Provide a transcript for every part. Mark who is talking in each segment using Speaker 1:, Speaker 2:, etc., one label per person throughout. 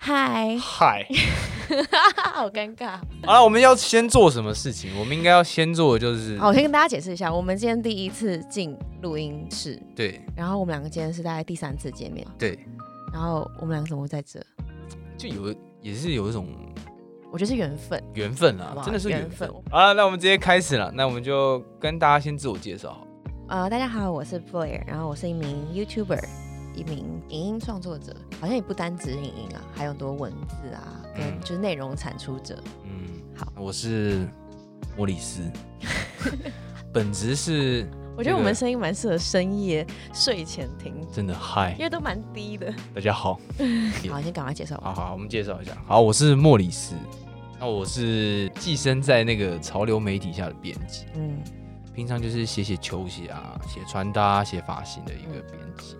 Speaker 1: 嗨，
Speaker 2: 嗨，
Speaker 1: 好尴尬。
Speaker 2: 好了，我们要先做什么事情？我们应该要先做的就是，
Speaker 1: 好，我先跟大家解释一下，我们今天第一次进录音室，
Speaker 2: 对
Speaker 1: 然后我们两个今天是大概第三次见面，
Speaker 2: 对，
Speaker 1: 然后我们两个怎么会在这？
Speaker 2: 就有也是有一种
Speaker 1: 我觉得是缘分，
Speaker 2: 缘分
Speaker 1: 好
Speaker 2: 啊
Speaker 1: 不，好
Speaker 2: 真的是缘
Speaker 1: 缘
Speaker 2: 分
Speaker 1: 分。
Speaker 2: 好了，那我们直接开始了，那我们就跟大家先自我介绍好了。
Speaker 1: 呃，大家好，我是 Blair，然后我是一名 YouTuber，一名影音创作者，好像也不单指影音啊，还有很多文字啊，跟
Speaker 2: 嗯
Speaker 1: 就是内容产出者。
Speaker 2: 嗯，
Speaker 1: 好，
Speaker 2: 我是莫 里斯，本职是
Speaker 1: 我觉得我们
Speaker 2: 这个
Speaker 1: 声音蛮适合深夜睡前听，
Speaker 2: 真的嗨
Speaker 1: 因，为都蛮低的。
Speaker 2: 大家好，
Speaker 1: 好，先赶快介绍
Speaker 2: 好好，我们介绍一下。好，我是莫里斯，那我是寄生在那个潮流媒体下的编辑，
Speaker 1: 嗯，
Speaker 2: 平常就是写写球鞋啊、写穿搭、写发型的一个编辑。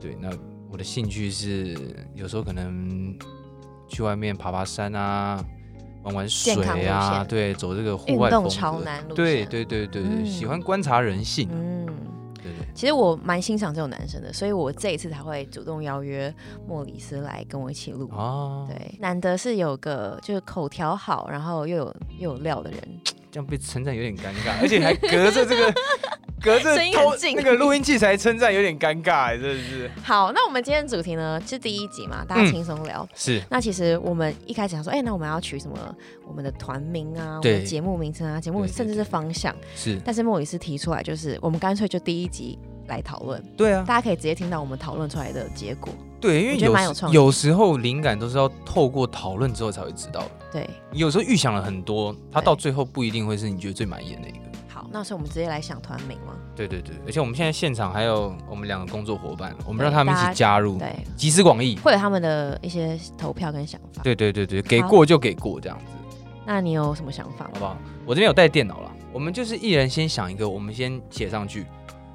Speaker 2: 对，那我的兴趣是有时候可能去外面爬爬山啊，玩玩水
Speaker 1: 健康路
Speaker 2: 啊，
Speaker 1: 线
Speaker 2: 对，走这个户
Speaker 1: 运
Speaker 2: 外风
Speaker 1: 动
Speaker 2: 格。
Speaker 1: 超男路
Speaker 2: 对
Speaker 1: 线
Speaker 2: 对对对对，
Speaker 1: 嗯
Speaker 2: 喜欢观察人性，
Speaker 1: 嗯，
Speaker 2: 对对。
Speaker 1: 其实我蛮欣赏这种男生的，所以我这一次才会主动邀约莫里斯来跟我一起录。
Speaker 2: 啊，
Speaker 1: 对，难得是有个就是口条好，然后又有又有料的人，
Speaker 2: 这样被称赞有点尴尬，而且还隔着这个隔着
Speaker 1: 声音
Speaker 2: 偷
Speaker 1: 很近
Speaker 2: 那个录音器材称赞有点尴尬，真的是
Speaker 1: 好，那我们今天的主题呢是第一集嘛，大家
Speaker 2: 嗯
Speaker 1: 轻松聊。
Speaker 2: 是
Speaker 1: 那其实我们一开始想说，哎、那我们要取什么？我们的团名啊，我
Speaker 2: 对
Speaker 1: 们的节目名称啊，节目
Speaker 2: 对对
Speaker 1: 甚至
Speaker 2: 对
Speaker 1: 是方向。
Speaker 2: 是，
Speaker 1: 但是莫里斯提出来，就是我们干脆就第一集来讨论，
Speaker 2: 对啊，
Speaker 1: 大家可以直接听到我们讨论出来的结果。
Speaker 2: 对，因
Speaker 1: 我
Speaker 2: 为
Speaker 1: 觉得
Speaker 2: 有
Speaker 1: 蛮有
Speaker 2: 时
Speaker 1: 创意
Speaker 2: 有时候灵感都是要透过讨论之后才会知道的，
Speaker 1: 对，
Speaker 2: 你有时候预想了很多，它
Speaker 1: 对
Speaker 2: 到最后不一定会是你觉得最满意的那一个。
Speaker 1: 好，那所以我们直接来想团名嘛。
Speaker 2: 对对对，而且我们现在现场还有我们两个工作伙伴，我们
Speaker 1: 对
Speaker 2: 让他们一
Speaker 1: 大家
Speaker 2: 起加入，
Speaker 1: 对，
Speaker 2: 集思广益。
Speaker 1: 会有他们的一些投票跟想法。
Speaker 2: 对对对对，给
Speaker 1: 好
Speaker 2: 过就给过这样子。
Speaker 1: 那你有什么想法
Speaker 2: 好
Speaker 1: 吗？
Speaker 2: 不好？我这边有带电脑了，我们就是一人先想一个，我们先写上去。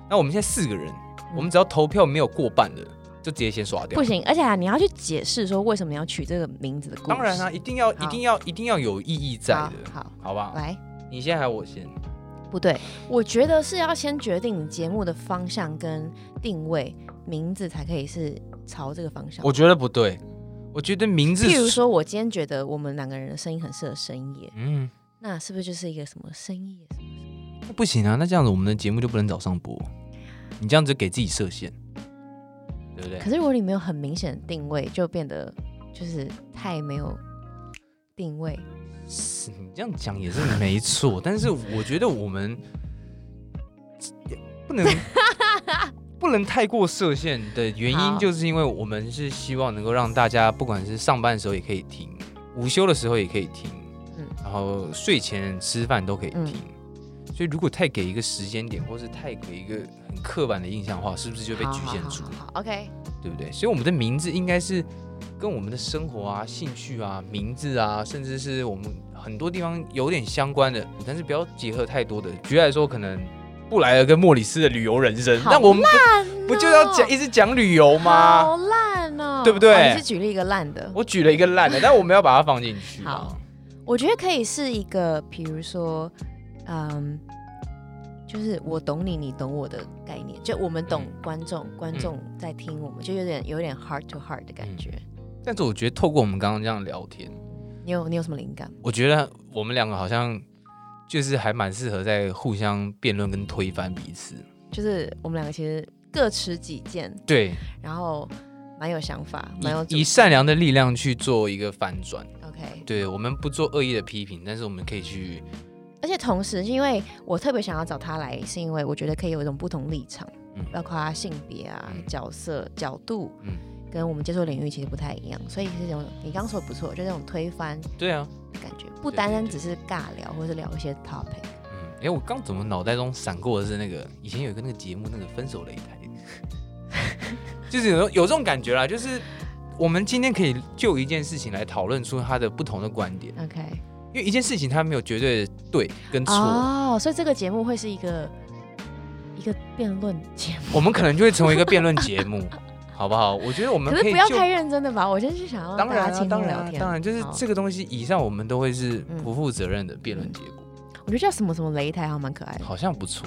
Speaker 2: 那我们现在四个人，我们只要投票没有过半的，就直接先刷掉
Speaker 1: 嗯不。行，而且啊，你要去解释说为什么你要取这个名字的故事。
Speaker 2: 当然啊啦、一定要
Speaker 1: 好
Speaker 2: 一定要一定要有意义在
Speaker 1: 好
Speaker 2: 的，
Speaker 1: 好，
Speaker 2: 好不好？
Speaker 1: 来，
Speaker 2: 你先还是我先？
Speaker 1: 不对，我觉得是要先决定你节目的方向跟定位，名字才可以是朝这个方向。
Speaker 2: 我觉得不对，我觉得名字，
Speaker 1: 譬如，说，我今天觉得我们两个人的声音很适合深夜，
Speaker 2: 嗯，
Speaker 1: 那是不是就是一个什么深夜什么什么？
Speaker 2: 那不行啊，那这样子我们的节目就不能早上播，你这样子给自己设限，对不对
Speaker 1: 可？是如果你没有很明显的定位，就变得就是太没有定位。
Speaker 2: 是你这样讲也是没错，但是我觉得我们也 不能不能太过设限的原
Speaker 1: 好
Speaker 2: 因，就是因为我们是希望能够让大家，不管是上班的时候也可以听，午休的时候也可以听，
Speaker 1: 嗯
Speaker 2: 然后睡前吃饭都可以
Speaker 1: 嗯
Speaker 2: 听。所以如果太给一个时间点，或是太给一个很刻板的印象的话，是不是就被
Speaker 1: 好
Speaker 2: 局限住
Speaker 1: 好
Speaker 2: 了
Speaker 1: 好？好好，OK，
Speaker 2: 对不对？所以我们的名字应该是跟我们的生活啊、兴趣啊、名字啊，甚至是我们很多地方有点相关的，但是不要结合太多的。举例来说，可能布莱尔跟莫里斯的旅游人生，
Speaker 1: 好
Speaker 2: 那我们不
Speaker 1: 烂哦
Speaker 2: 不就要讲一直讲旅游吗？
Speaker 1: 好烂哦，
Speaker 2: 对不对
Speaker 1: 哦你是举例一个烂的，
Speaker 2: 我举了一个烂的，但我们要把它放进去、啊。
Speaker 1: 好，我觉得可以是一个，比如说，嗯，就是我懂你，你懂我的概念，就我们懂
Speaker 2: 嗯
Speaker 1: 观众，观众在听我们，就有点有点 heart to heart 的感
Speaker 2: 嗯
Speaker 1: 觉。
Speaker 2: 但是我觉得透过我们刚刚这样聊天，
Speaker 1: 你有你有什么灵感？
Speaker 2: 我觉得我们两个好像就是还蛮适合在互相辩论跟推翻彼此。
Speaker 1: 就是我们两个其实各持己见，
Speaker 2: 对，
Speaker 1: 然后蛮有想法，蛮有主
Speaker 2: 以以善良的力量去做一个反转。
Speaker 1: OK。
Speaker 2: 对我们不做恶意的批评，但是我们可以去，
Speaker 1: 而且同时，因为我特别想要找他来，是因为我觉得可以有一种不同立场，
Speaker 2: 嗯
Speaker 1: 包括他性别啊、
Speaker 2: 嗯
Speaker 1: 角色、角度，
Speaker 2: 嗯
Speaker 1: 跟我们接触的领域其实不太一样，所以是这种你刚刚说的不错，就这种推翻
Speaker 2: 对啊，
Speaker 1: 的感觉，不
Speaker 2: 对
Speaker 1: 单单
Speaker 2: 对
Speaker 1: 只是尬聊或是聊一些 topic。
Speaker 2: 嗯，哎，我刚怎么脑袋中闪过的是那个以前有一个那个节目，那个分手擂台， 就是有有这种感觉啦，就是我们今天可以就一件事情来讨论出它的不同的观点，
Speaker 1: OK，
Speaker 2: 因为一件事情它没有绝对的对跟嗯错，
Speaker 1: 哦，所以这个节目会是一个一个辩论节目，
Speaker 2: 我们可能就会成为一个辩论节目， 好不好？我觉得我们
Speaker 1: 可是
Speaker 2: 以
Speaker 1: 不要
Speaker 2: 就
Speaker 1: 太认真的吧？我真是想要
Speaker 2: 当
Speaker 1: 大家
Speaker 2: 然、啊、
Speaker 1: 轻松
Speaker 2: 当然、
Speaker 1: 聊
Speaker 2: 啊、
Speaker 1: 天。
Speaker 2: 当然，就是
Speaker 1: 好
Speaker 2: 这个东西，以上我们都会是
Speaker 1: 嗯
Speaker 2: 不负责任的辩论结果，
Speaker 1: 我觉得叫什么什么擂台好像蛮可爱的。
Speaker 2: 好像不错，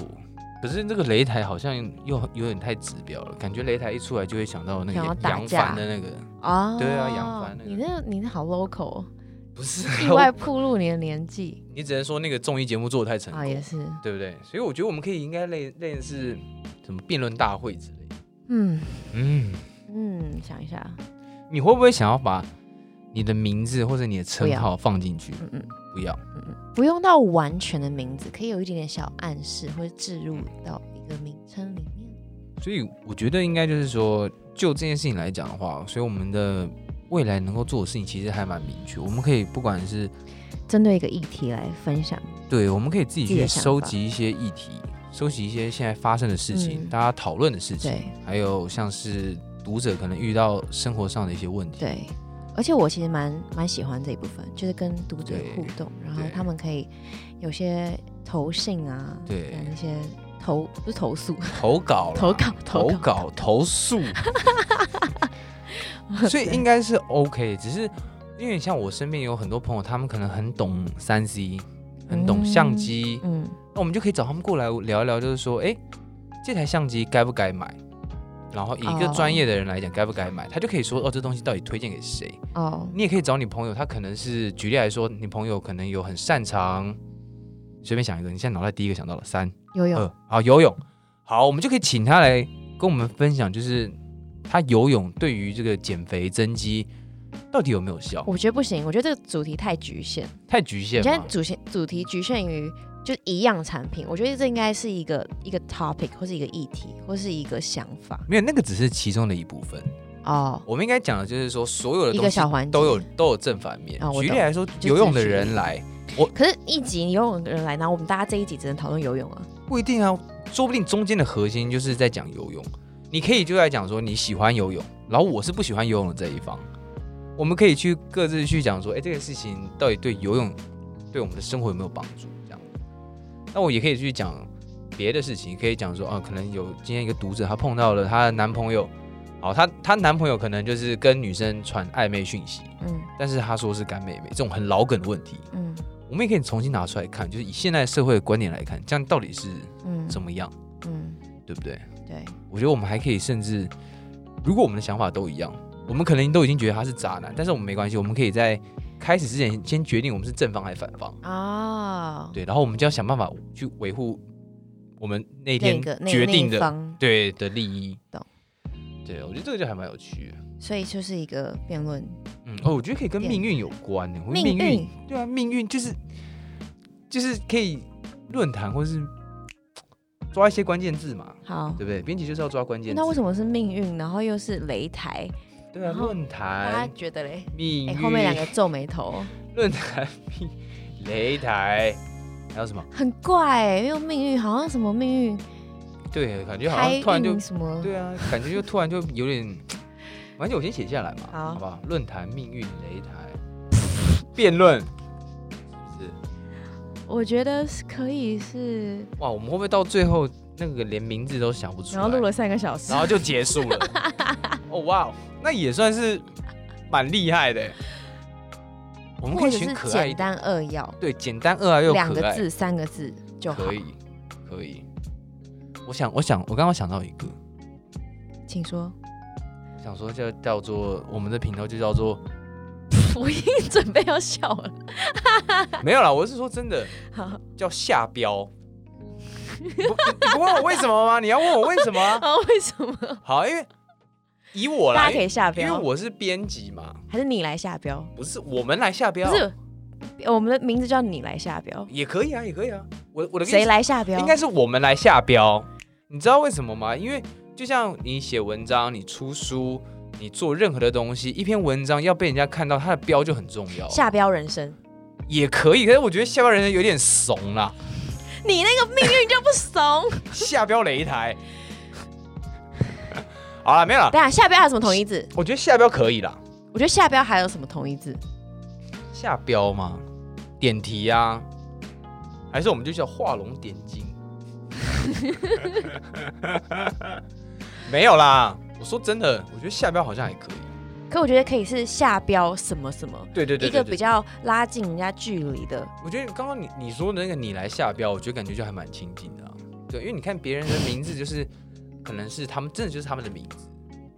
Speaker 2: 可是这个擂台好像又有点太指标了，感觉擂台一出来就会想到那
Speaker 1: 想要
Speaker 2: 个
Speaker 1: 打
Speaker 2: 杨
Speaker 1: 架
Speaker 2: 帆的那个，
Speaker 1: 哦，
Speaker 2: 对啊杨帆那个
Speaker 1: 你那你那好 local，哦
Speaker 2: 不是啊
Speaker 1: 意外暴露你的年纪
Speaker 2: 你只能说那个综艺节目做的太成功，
Speaker 1: 啊，也是，
Speaker 2: 对不对？所以我觉得我们可以应该类类似什么辩论大会之类的。
Speaker 1: 嗯
Speaker 2: 嗯，
Speaker 1: 嗯，想一下，
Speaker 2: 你会不会想要把你的名字或者你的称号放进去？
Speaker 1: 嗯嗯
Speaker 2: 不要，
Speaker 1: 嗯嗯，不用到完全的名字，可以有一点点小暗示，或者置入
Speaker 2: 嗯
Speaker 1: 到一个名称里面。
Speaker 2: 所以我觉得应该就是说，就这件事情来讲的话，所以我们的未来能够做的事情其实还蛮明确。我们可以不管是
Speaker 1: 针对一个议题来分享，
Speaker 2: 对，我们可以自己
Speaker 1: 自己
Speaker 2: 去
Speaker 1: 的想法
Speaker 2: 收集一些议题，收集一些现在发生的事情，
Speaker 1: 嗯
Speaker 2: 大家讨论的事情，
Speaker 1: 对
Speaker 2: 还有像是读者可能遇到生活上的一些问题。
Speaker 1: 对，而且我其实蛮蛮喜欢这一部分，就是跟读者
Speaker 2: 对
Speaker 1: 互动，然后
Speaker 2: 对
Speaker 1: 他们可以有些投信啊，
Speaker 2: 对
Speaker 1: 还有一些投不是投诉，
Speaker 2: 投稿啦，
Speaker 1: 投稿
Speaker 2: 投
Speaker 1: 投稿
Speaker 2: 稿、投 诉，所以应该是 OK。只是因为像我身边有很多朋友，他们可能很懂三 C，很懂相机，
Speaker 1: 嗯，
Speaker 2: 那我们就可以找他们过来聊一聊，就是说，哎、这台相机该不该买？然后以一个
Speaker 1: 哦
Speaker 2: 专业的人来讲，该不该买？他就可以说，哦，这东西到底推荐给谁？
Speaker 1: 哦，
Speaker 2: 你也可以找你朋友，他可能是举例来说，你朋友可能有很擅长，随便想一个，你现在脑袋第一个想到了三
Speaker 1: 游泳
Speaker 2: 二，好游泳，好，我们就可以请他来跟我们分享，就是他游泳对于这个减肥增肌到底有没有效？
Speaker 1: 我觉得不行，我觉得这个主题太局限，
Speaker 2: 太局限
Speaker 1: 你现在
Speaker 2: 了。
Speaker 1: 主线主题局限于就一样产品，我觉得这应该是一个一个 topic 或是一个议题或是一个想法
Speaker 2: 没有，那个只是其中的一部分。
Speaker 1: 哦，
Speaker 2: 我们应该讲的就是说，所有的
Speaker 1: 一
Speaker 2: 东
Speaker 1: 个
Speaker 2: 西
Speaker 1: 小环节
Speaker 2: 都有。都有正反面
Speaker 1: 啊。我
Speaker 2: 举例
Speaker 1: 懂
Speaker 2: 来说，
Speaker 1: 就
Speaker 2: 游泳
Speaker 1: 自
Speaker 2: 的
Speaker 1: 己
Speaker 2: 人来
Speaker 1: 可是，一集游泳的人来，然后我们大家这一集只能讨论游泳啊。
Speaker 2: 不一定啊，说不定中间的核心就是在讲游泳。你可以就在讲说你喜欢游泳，然后我是不喜欢游泳的这一方，我们可以去各自去讲说，哎，这个事情到底对游泳对我们的生活有没有帮助？这样，那我也可以去讲别的事情，可以讲说啊，可能有今天一个读者她碰到了她的男朋友，好，她她男朋友可能就是跟女生传暧昧讯息，
Speaker 1: 嗯
Speaker 2: 但是她说是干妹妹，这种很老梗的问题，
Speaker 1: 嗯
Speaker 2: 我们也可以重新拿出来看，就是以现在社会的观点来看，这样到底是
Speaker 1: 嗯，
Speaker 2: 怎么样？
Speaker 1: 嗯，
Speaker 2: 对不对？
Speaker 1: 对，
Speaker 2: 我觉得我们还可以，甚至如果我们的想法都一样，我们可能都已经觉得他是渣男，但是我们没关系，我们可以在开始之前先决定我们是正方还是反方，
Speaker 1: 哦，
Speaker 2: 对，然后我们就要想办法去维护我们那
Speaker 1: 那
Speaker 2: 天
Speaker 1: 个那
Speaker 2: 决
Speaker 1: 那
Speaker 2: 定
Speaker 1: 一
Speaker 2: 的
Speaker 1: 方，
Speaker 2: 对的利益
Speaker 1: 懂。
Speaker 2: 对，我觉得这个就还蛮有趣的。
Speaker 1: 所以就是一个辩论。
Speaker 2: 嗯，哦，我觉得可以跟
Speaker 1: 对
Speaker 2: 命运有关欸呢、我觉得
Speaker 1: 命
Speaker 2: 运
Speaker 1: 运，
Speaker 2: 对啊，命运就是就是可以论坛或是抓一些关键字嘛，
Speaker 1: 好
Speaker 2: 对，不对？编辑就是要抓关键字。啊
Speaker 1: 那为什么是命运，然后又是擂台？
Speaker 2: 对啊，
Speaker 1: 然后
Speaker 2: 论
Speaker 1: 大家
Speaker 2: 坛
Speaker 1: 觉得嘞？
Speaker 2: 命
Speaker 1: 哎、
Speaker 2: 运，
Speaker 1: 后面两个皱眉头，
Speaker 2: 论坛命 擂台，还有什么？
Speaker 1: 很怪、欸，因为命运好像什么命运
Speaker 2: 对，感觉好
Speaker 1: 开
Speaker 2: 像突然就
Speaker 1: 运什么，
Speaker 2: 对啊，感觉就突然就有点，反正我先写下来嘛，
Speaker 1: 好
Speaker 2: 好不好？论坛命运擂台辩论，是不是？
Speaker 1: 我觉得是可以是，
Speaker 2: 哇，我们会不会到最后那个连名字都想不出来，
Speaker 1: 然后录了三个小时
Speaker 2: 然，后就结束了？哦哇，那也算是蛮厉害的。欸我们可
Speaker 1: 或
Speaker 2: 以
Speaker 1: 者
Speaker 2: 选
Speaker 1: 是
Speaker 2: 可爱一
Speaker 1: 简
Speaker 2: 点，
Speaker 1: 单扼要，
Speaker 2: 对，简单扼要又可爱，
Speaker 1: 两个字、三个字就好
Speaker 2: 可。以，可以。我想，我想，我刚刚想到一个，
Speaker 1: 请说，
Speaker 2: 想说叫叫做我们的频道就叫做
Speaker 1: 我已经准备要笑了。
Speaker 2: 没有啦，我是说真的
Speaker 1: 好，
Speaker 2: 叫下标。不你你不问我为什么吗？你要问我为什么啊？
Speaker 1: 啊，为什么？
Speaker 2: 好，因为以我
Speaker 1: 大
Speaker 2: 来，
Speaker 1: 家可
Speaker 2: 因
Speaker 1: 以下
Speaker 2: 为
Speaker 1: 标，
Speaker 2: 我是编辑嘛，
Speaker 1: 还是你来下标？
Speaker 2: 不是我们来下标，
Speaker 1: 不是，我们的名字叫你来下标，
Speaker 2: 也可以啊，也可以啊。我我的意思
Speaker 1: 谁来下标？
Speaker 2: 应该是我们来下标，你知道为什么吗？因为就像你写文章、你出书、你做任何的东西，一篇文章要被人家看到，它的标就很重要。
Speaker 1: 下标人生。
Speaker 2: 也可以，可是我觉得下标人有点怂啦，
Speaker 1: 你那个命运就不怂。
Speaker 2: 下标擂台。 好了，没有了。
Speaker 1: 等一下下标还有什么同义字？
Speaker 2: 我觉得下标可以啦，
Speaker 1: 我觉得下标还有什么同义字？
Speaker 2: 下标嘛，点题啊，还是我们就叫画龙点 睛。没有啦，我说真的，我觉得下标好像还可以。
Speaker 1: 可我觉得可以是下标什么什么，
Speaker 2: 对对对对
Speaker 1: 一个比较拉近人家距离的。
Speaker 2: 我觉得刚刚你你说的那个你来下标，我觉得感觉就还蛮亲近的、啊，对，因为你看别人的名字就是，可能是他们真的就是他们的名字，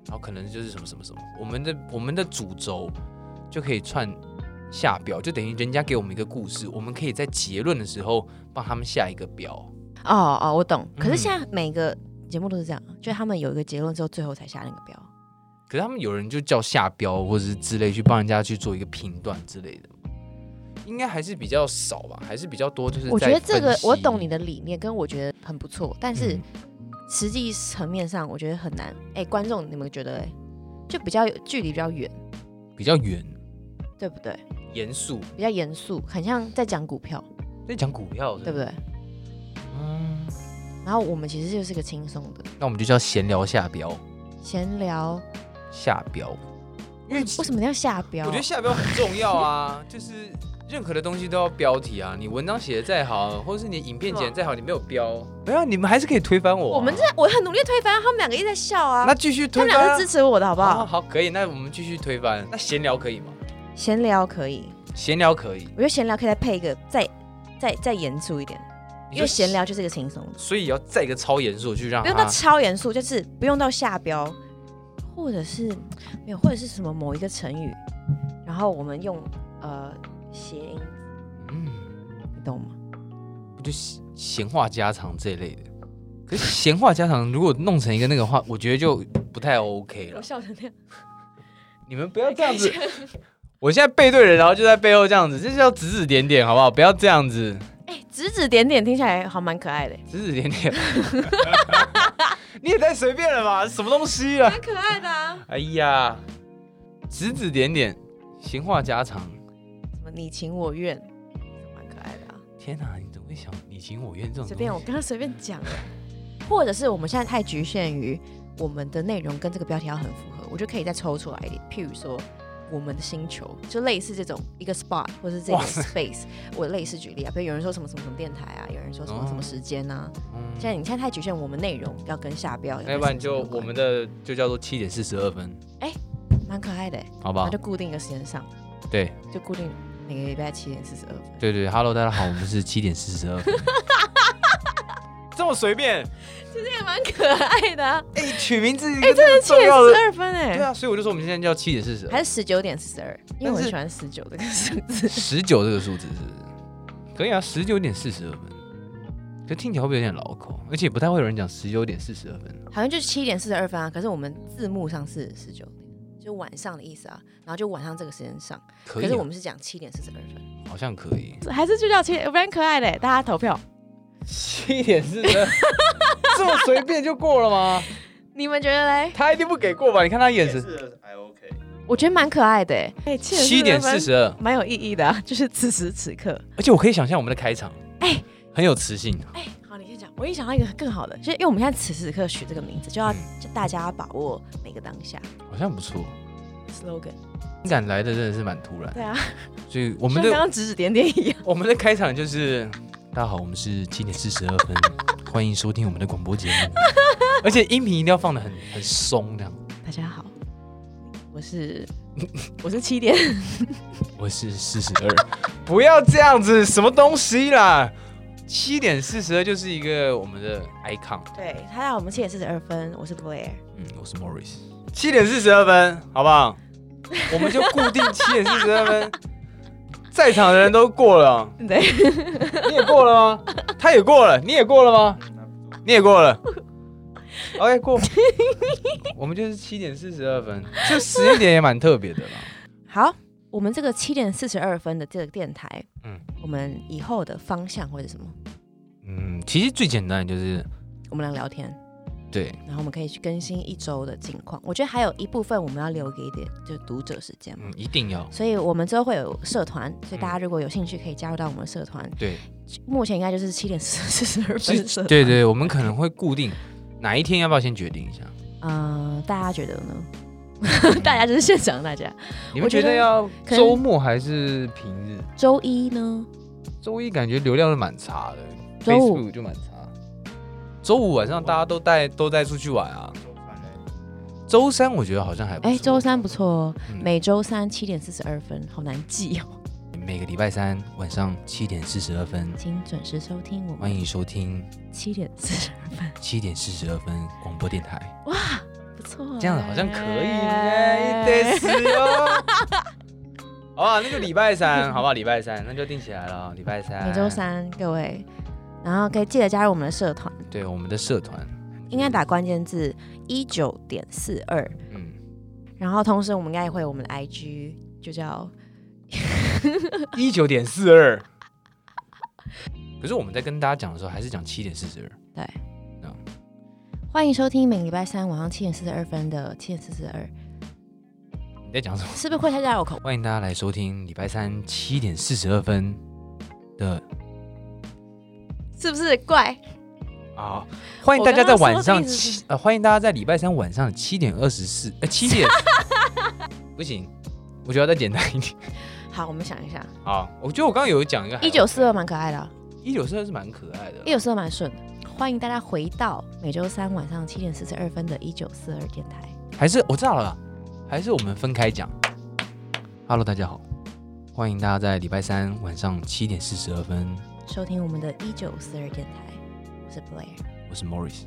Speaker 2: 然后可能就是什么什么什么，我们的我们的主轴就可以串下标，就等于人家给我们一个故事，我们可以在结论的时候帮他们下一个标。
Speaker 1: 哦哦，我懂。可是
Speaker 2: 嗯
Speaker 1: 现在每个节目都是这样，啊就他们有一个结论之后，最后才下那个标。啊
Speaker 2: 可是他们有人就叫下标或者是之类去帮人家去做一个评断之类的，应该还是比较少吧，还是比较多就是
Speaker 1: 我觉得
Speaker 2: 在
Speaker 1: 这个
Speaker 2: 分析
Speaker 1: 我懂你的理念，跟我觉得很不错，但是
Speaker 2: 嗯
Speaker 1: 实际层面上我觉得很难。哎、观众你们觉得、哎，就比较有距离比较远，
Speaker 2: 比较远
Speaker 1: 对不对？
Speaker 2: 严肃，
Speaker 1: 比较严肃，很像在讲股票，
Speaker 2: 在讲股票的，
Speaker 1: 对不对？
Speaker 2: 嗯，
Speaker 1: 然后我们其实就是个轻松的
Speaker 2: 那我们就叫闲聊下标，
Speaker 1: 闲聊。
Speaker 2: 下标，因为
Speaker 1: 为什么要下标？啊
Speaker 2: 我觉得下标很重要啊， 就是任何的东西都要标题啊。你文章写的再好，或者是你影片剪的再好，你没有标，没有，你们还是可以推翻我啊、
Speaker 1: 我们这我很努力推翻，他们两个一直在笑啊。
Speaker 2: 那继续
Speaker 1: 他
Speaker 2: 推
Speaker 1: 们
Speaker 2: 翻、
Speaker 1: 两
Speaker 2: 啊
Speaker 1: 个支。持我的好不
Speaker 2: 好
Speaker 1: 好？
Speaker 2: 好好，可以。那我们继续推翻。那闲聊可以吗？
Speaker 1: 闲聊可以，
Speaker 2: 闲聊可以，
Speaker 1: 我觉得闲聊可以再配一个再再再严肃一点，因为闲，聊就是一个轻松的，
Speaker 2: 所以要再一个超严肃去让
Speaker 1: 不用到
Speaker 2: 他。
Speaker 1: 超严肃，就是不用到下标，或者是没有，或者是什么某一个成语，然后我们用呃谐音，
Speaker 2: 嗯，
Speaker 1: 你懂吗？
Speaker 2: 不就闲闲话家常这一类的。可是闲话家常如果弄成一个那个话，我觉得就不太 OK 了。
Speaker 1: 笑成那样，
Speaker 2: 你们不要这 样子，我现在背对人，然后就在背后这样子，这叫指指点点，好不好？不要这样子，
Speaker 1: 哎，指指点点听起来好蛮可爱的，
Speaker 2: 指指点 点。你也太随便了吧，什么东西啊？
Speaker 1: 蛮可爱的啊。
Speaker 2: 哎呀，指指点点，闲话家常。
Speaker 1: 什么你情我愿，蛮可爱的啊。
Speaker 2: 天哪，你怎么会想你情我愿这种
Speaker 1: 随
Speaker 2: 东
Speaker 1: 便，我
Speaker 2: 西？
Speaker 1: 刚刚随便讲的，或者是我们现在太局限于我们的内容跟这个标题要很符合，我就可以再抽出来一点，譬如说我们的星球，就类似这种一个 spot 或是这个
Speaker 2: 哇塞
Speaker 1: space，我类似举例啊，比如有人说什么什么什么电台啊，有人说什么
Speaker 2: 哦
Speaker 1: 什么时间啊，
Speaker 2: 嗯哎
Speaker 1: 现在你现在太局限我们内容要跟下标，
Speaker 2: 那要不然就我们的就叫做七点四十二分，
Speaker 1: 蛮可爱的欸，
Speaker 2: 好不
Speaker 1: 然后
Speaker 2: 好
Speaker 1: 就？固定一个时间上，
Speaker 2: 对
Speaker 1: 就固定每个礼拜七点四十二分，
Speaker 2: 对对，Hello，大家好，我们是七点四十二分。 这么随便，
Speaker 1: 其实也蛮可爱的、啊，
Speaker 2: 哎、取名字哎，这
Speaker 1: 七点四十二分哎、
Speaker 2: 对啊，所以我就说我们现在叫七点四十
Speaker 1: 还是十九点四十二，因为我
Speaker 2: 但
Speaker 1: 很
Speaker 2: 是
Speaker 1: 喜欢十九这个数字。
Speaker 2: 十九这个数字是不是可以啊，十九点四十二分，可听起来会不会有点老口？而且不太会有人讲十九点四十二分。
Speaker 1: 好像就是七点四十二分啊，可是我们字幕上是十九点，就晚上的意思啊，然后就晚上这个时间上，
Speaker 2: 可
Speaker 1: 可
Speaker 2: 以啊、
Speaker 1: 是我们是讲七点四十二分，
Speaker 2: 好像可以。
Speaker 1: 还是就叫七，蛮可爱的，大家投票，
Speaker 2: 七点四十二， 这么随便就过了吗？
Speaker 1: 你们觉得嘞？
Speaker 2: 他一定不给过吧？你看他眼神。
Speaker 3: 是还 OK。
Speaker 1: 我觉得蛮可爱的，哎，
Speaker 2: 七点四十二，
Speaker 1: 蛮有意义的、啊，就是此时此刻。
Speaker 2: 而且我可以想象我们的开场，
Speaker 1: 哎
Speaker 2: 很有磁性。
Speaker 1: 哎，好，你先讲，我已经想到一个更好的，就是因为我们现在此时此刻取这个名字，就要就大家要把握每个当下
Speaker 2: 好像不错，
Speaker 1: slogan。
Speaker 2: 灵感来的真的是蛮突然，
Speaker 1: 对啊，
Speaker 2: 所以我
Speaker 1: 我
Speaker 2: 们
Speaker 1: 刚
Speaker 2: 的
Speaker 1: 刚指指点点一样。
Speaker 2: 我们的开场就是，大家好，我们是七点四十二分，欢迎收听我们的广播节目， 而且音频一定要放的很很松这样。
Speaker 1: 大家好，我 是我是七点，
Speaker 2: 我是四十二，不要这样子，什么东西啦？七点四十二就是一个我们的 icon，
Speaker 1: 对，他让我们七点四十二分，我是 Blair。
Speaker 2: 嗯，我是 Morris，七点四十二分，好不 好？我们就固定七点四十二分，在场的人都过了。
Speaker 1: 对，
Speaker 2: 你也过了吗？他也过了，你也过了吗？你也过了。OK，过。 我们就是七点四十二分，这时间点也蛮特别的啦。
Speaker 1: 好，我们这个七点四十二分的这个电台，嗯
Speaker 2: 嗯，
Speaker 1: 我们以后的方向或者什么，
Speaker 2: 嗯，其实最简单的就是
Speaker 1: 我们俩聊天，
Speaker 2: 对，
Speaker 1: 然后我们可以去更新一周的近况。我觉得还有一部分我们要留给一点，就是读者时间嘛。
Speaker 2: 嗯，一定要
Speaker 1: 所以我们之后会有社团，所以大家如果有兴趣可以加入到我们的社团。
Speaker 2: 对，
Speaker 1: 目前应该就是七点四十二
Speaker 2: 是
Speaker 1: 分社。
Speaker 2: 对，对，我们可能会固定哪一天，要不要先决定一下？
Speaker 1: 呃，大家觉得呢？ 大家就是现场，大家
Speaker 2: 你
Speaker 1: 我
Speaker 2: 们
Speaker 1: 觉
Speaker 2: 觉
Speaker 1: 得
Speaker 2: 得要
Speaker 1: 可能
Speaker 2: 周末还是平日？
Speaker 1: 周一呢？
Speaker 2: 周一感觉流量是蛮差的
Speaker 1: 周五
Speaker 2: ，Facebook 就蛮差。周五晚上大家都带都带出去玩啊。周
Speaker 1: 哎
Speaker 2: 三我觉得好像还不错
Speaker 1: 哎，周三不错哦，
Speaker 2: 嗯
Speaker 1: 每周三七点四十二分，好难记哦。
Speaker 2: 每个礼拜三晚上七点四十二分，
Speaker 1: 请准时收听我
Speaker 2: 欢
Speaker 1: 们
Speaker 2: 迎收听
Speaker 1: 七点四十分。
Speaker 2: 七点四十二分广播电台。
Speaker 1: 哇，不错，啊
Speaker 2: 这样子好像可以呢，得死哟。哦 好吧，那就礼拜三，好吧，礼拜三，那就定起来了，礼拜三，
Speaker 1: 每周，三，各位，然后可以记得加入我们的社团，
Speaker 2: 对我们的社团，
Speaker 1: 应该打关键字一九点四二，
Speaker 2: 嗯，
Speaker 1: 然后同时我们应该也会有我们的 IG，就叫
Speaker 2: 一九点四二。可是我们在跟大家讲的时候，还是讲七点四十二。
Speaker 1: 对
Speaker 2: 嗯，
Speaker 1: 欢迎收听每个礼拜三晚上七点四十二分的七点四十二，
Speaker 2: 你在讲什么？
Speaker 1: 是不是会太绕口？
Speaker 2: 欢迎大家来收听礼拜三七点四十二分的
Speaker 1: 是不是怪？
Speaker 2: 啊、欢迎大家在晚
Speaker 1: 我刚刚说
Speaker 2: 上
Speaker 1: 的意思
Speaker 2: 七呃，欢迎大家在礼拜三晚上七点二十四呃七 点，不行，我觉得要再简单一点。
Speaker 1: 好，我们想一下，
Speaker 2: 好，我觉得我刚刚有讲一个
Speaker 1: 一九四二蛮可爱的啊、
Speaker 2: 一九四二是蛮可爱的啦
Speaker 1: 一，九四二蛮顺的。欢迎大家回到每周三晚上七点四十二分的一九四二电台。
Speaker 2: 还是我知道了啦，还是我们分开讲。Hello，大家好，欢迎大家在礼拜三晚上七点四十二分，
Speaker 1: 收听我们的一九四二电台，我是 Blair，
Speaker 2: 我是 Morris，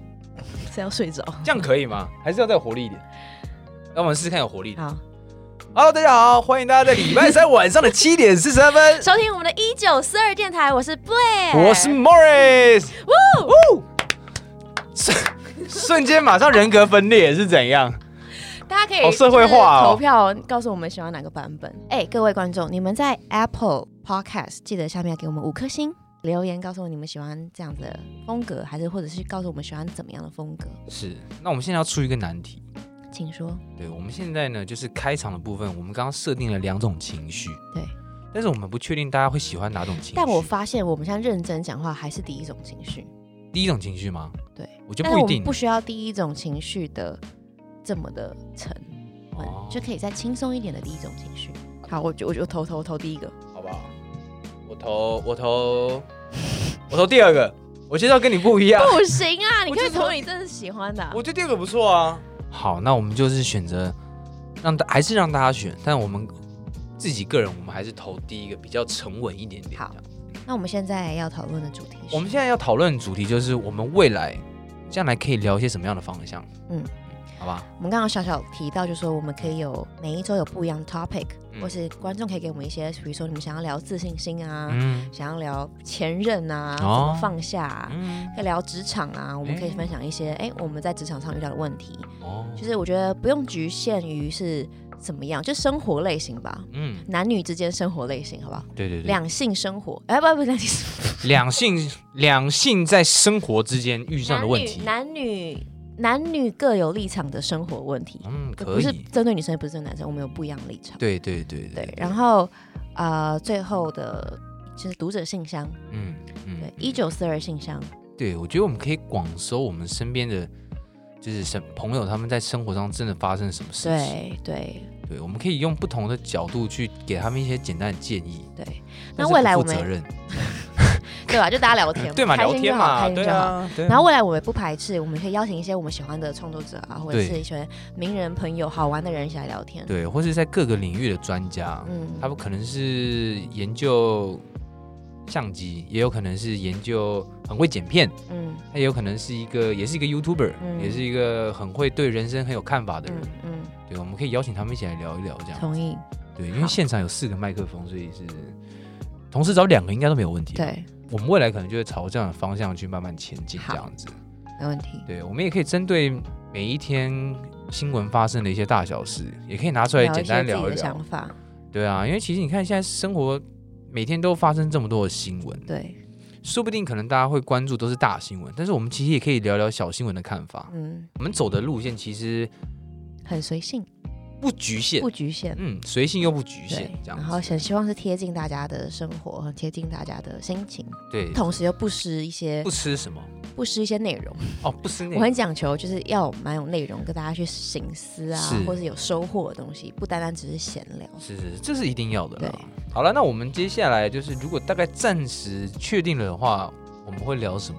Speaker 1: 是要睡着？
Speaker 2: 这样可以吗？还是要再活力一点？让我们试试看有活力的。
Speaker 1: 好，
Speaker 2: Hello，大家好，欢迎大家在礼拜三晚上的七点四十三分，
Speaker 1: 收听我们的一九四二电台，我是 Blair，
Speaker 2: 我是 Morris，呜瞬瞬间马上人格分裂是怎样？
Speaker 1: 大家可以
Speaker 2: 好社会化哦
Speaker 1: 就是投票告诉我们喜欢哪个版本。哎、各位观众，你们在 Apple Podcast 记得下面要给我们五颗星。留言告诉我你们喜欢这样子的风格，还是或者是告诉我们喜欢怎么样的风格，
Speaker 2: 是，那我们现在要出一个难题。
Speaker 1: 请说。
Speaker 2: 对，我们现在呢，就是开场的部分，我们刚刚设定了两种情绪，
Speaker 1: 对，
Speaker 2: 但是我们不确定大家会喜欢哪种情绪。
Speaker 1: 但我发现我们现在认真讲话还是第一种情绪，
Speaker 2: 第一种情绪吗？
Speaker 1: 对，
Speaker 2: 我觉
Speaker 1: 但
Speaker 2: 得
Speaker 1: 是
Speaker 2: 不
Speaker 1: 我
Speaker 2: 一
Speaker 1: 们
Speaker 2: 定
Speaker 1: 不。需要第一种情绪的这么的沉稳，
Speaker 2: 哦
Speaker 1: 就可以再轻松一点的第一种情绪。好，我就我就投投投第一个，
Speaker 2: 好不好？我投，我投，我投第二个。我觉得要跟你不一样，
Speaker 1: 不行啊！你
Speaker 2: 我
Speaker 1: 可以
Speaker 2: 就是
Speaker 1: 投你真的喜欢的啊、
Speaker 2: 我觉得第二个不错啊。好，那我们就是选择让大，还是让大家选，但我们自己个人，我们还是投第一个比较沉稳一点点。
Speaker 1: 好那我们现在要讨论的主题是，
Speaker 2: 我们现在要讨论的主题就是我们未来将来可以聊一些什么样的方向。
Speaker 1: 嗯
Speaker 2: 嗯，好吧，
Speaker 1: 我们刚刚小小提到，就说我们可以有每一周有不一样的 topic，、
Speaker 2: 嗯
Speaker 1: 或是观众可以给我们一些，比如说你们想要聊自信心啊，
Speaker 2: 嗯。
Speaker 1: 想要聊前任啊，怎
Speaker 2: 哦
Speaker 1: 么放下、啊。
Speaker 2: 嗯
Speaker 1: 可以聊职场啊，我们可以
Speaker 2: 哎
Speaker 1: 分享一些哎、我们在职场上遇到的问题。
Speaker 2: 哦，
Speaker 1: 就是我觉得不用局限于是怎么样，就生活类型吧，
Speaker 2: 嗯，
Speaker 1: 男女之间生活类型，好不好？
Speaker 2: 对对对，两
Speaker 1: 两性生活，哎、不不，两性生 活
Speaker 2: 两性两性在生活之间遇上的问题，
Speaker 1: 男女男女男女各有立场的生活问题，
Speaker 2: 嗯，
Speaker 1: 就
Speaker 2: 可
Speaker 1: 不是
Speaker 2: 以，
Speaker 1: 针对女生，也不是针对男生，我们有不一样的立场。
Speaker 2: 对对对
Speaker 1: 对，然后呃，最后的就是读者信箱，
Speaker 2: 嗯嗯，
Speaker 1: 对
Speaker 2: 嗯，
Speaker 1: 一九四二信箱，
Speaker 2: 对，我觉得我们可以广收我们身边的。就是生朋友他们在生活上真的发生什么事情？
Speaker 1: 对对
Speaker 2: 对，我们可以用不同的角度去给他们一些简单的建议。
Speaker 1: 对，那
Speaker 2: 但是
Speaker 1: 未
Speaker 2: 不
Speaker 1: 来
Speaker 2: 负
Speaker 1: 我们
Speaker 2: 责任
Speaker 1: 对吧？就大家聊天嘛，
Speaker 2: 对嘛，
Speaker 1: 开
Speaker 2: 聊
Speaker 1: 心就
Speaker 2: 天
Speaker 1: 好
Speaker 2: 嘛，
Speaker 1: 开心
Speaker 2: 对
Speaker 1: 就好。
Speaker 2: 啊。对啊
Speaker 1: 然后未来我们不排斥，我们可以邀请一些我们喜欢的创作者啊，或者
Speaker 2: 对
Speaker 1: 是一些名人朋友、好玩的人一起来聊天。
Speaker 2: 对，或是在各个领域的专家，
Speaker 1: 嗯，
Speaker 2: 他们可能是研究相机，也有可能是研究很会剪片，
Speaker 1: 嗯
Speaker 2: 他也有可能是一个，也是一个 YouTuber，、
Speaker 1: 嗯
Speaker 2: 也是一个很会对人生很有看法的人
Speaker 1: 嗯。嗯，
Speaker 2: 对，我们可以邀请他们一起来聊一聊，这样。
Speaker 1: 同意。
Speaker 2: 对，因为
Speaker 1: 好
Speaker 2: 现场有四个麦克风，所以是同时找两个应该都没有问题。，
Speaker 1: 对，
Speaker 2: 我们未来可能就会朝这样的方向去慢慢前进，
Speaker 1: 好
Speaker 2: 这样子。
Speaker 1: 没问题。
Speaker 2: 对，我们也可以针对每一天新闻发生的一些大小事，也可以拿出来
Speaker 1: 聊一
Speaker 2: 简
Speaker 1: 些
Speaker 2: 单
Speaker 1: 自己
Speaker 2: 聊
Speaker 1: 的
Speaker 2: 一聊
Speaker 1: 想。法，
Speaker 2: 对啊，因为其实你看现在生活每天都发生这么多的新闻，
Speaker 1: 对，
Speaker 2: 说不定可能大家会关注都是大新闻，但是我们其实也可以聊聊小新闻的看法。
Speaker 1: 嗯，
Speaker 2: 我们走的路线其实
Speaker 1: 很随性，
Speaker 2: 不局限
Speaker 1: 不，局限。
Speaker 2: 嗯，随性又不局限
Speaker 1: 对，，
Speaker 2: 这
Speaker 1: 然后
Speaker 2: 样子。
Speaker 1: 很希望是贴近大家的生活，很贴近大家的心情，
Speaker 2: 对，
Speaker 1: 同时又不失一些
Speaker 2: 不吃什么
Speaker 1: 不失一些内容。
Speaker 2: 哦，不吃那
Speaker 1: 我很讲求就是要蛮有内容，跟大家去醒思啊
Speaker 2: 是，
Speaker 1: 或是有收获的东西，不单单只是闲聊。
Speaker 2: 是是，这是一定要的啦
Speaker 1: 对。
Speaker 2: 好了，那我们接下来就是，如果大概暂时确定了的话，我们会聊什么？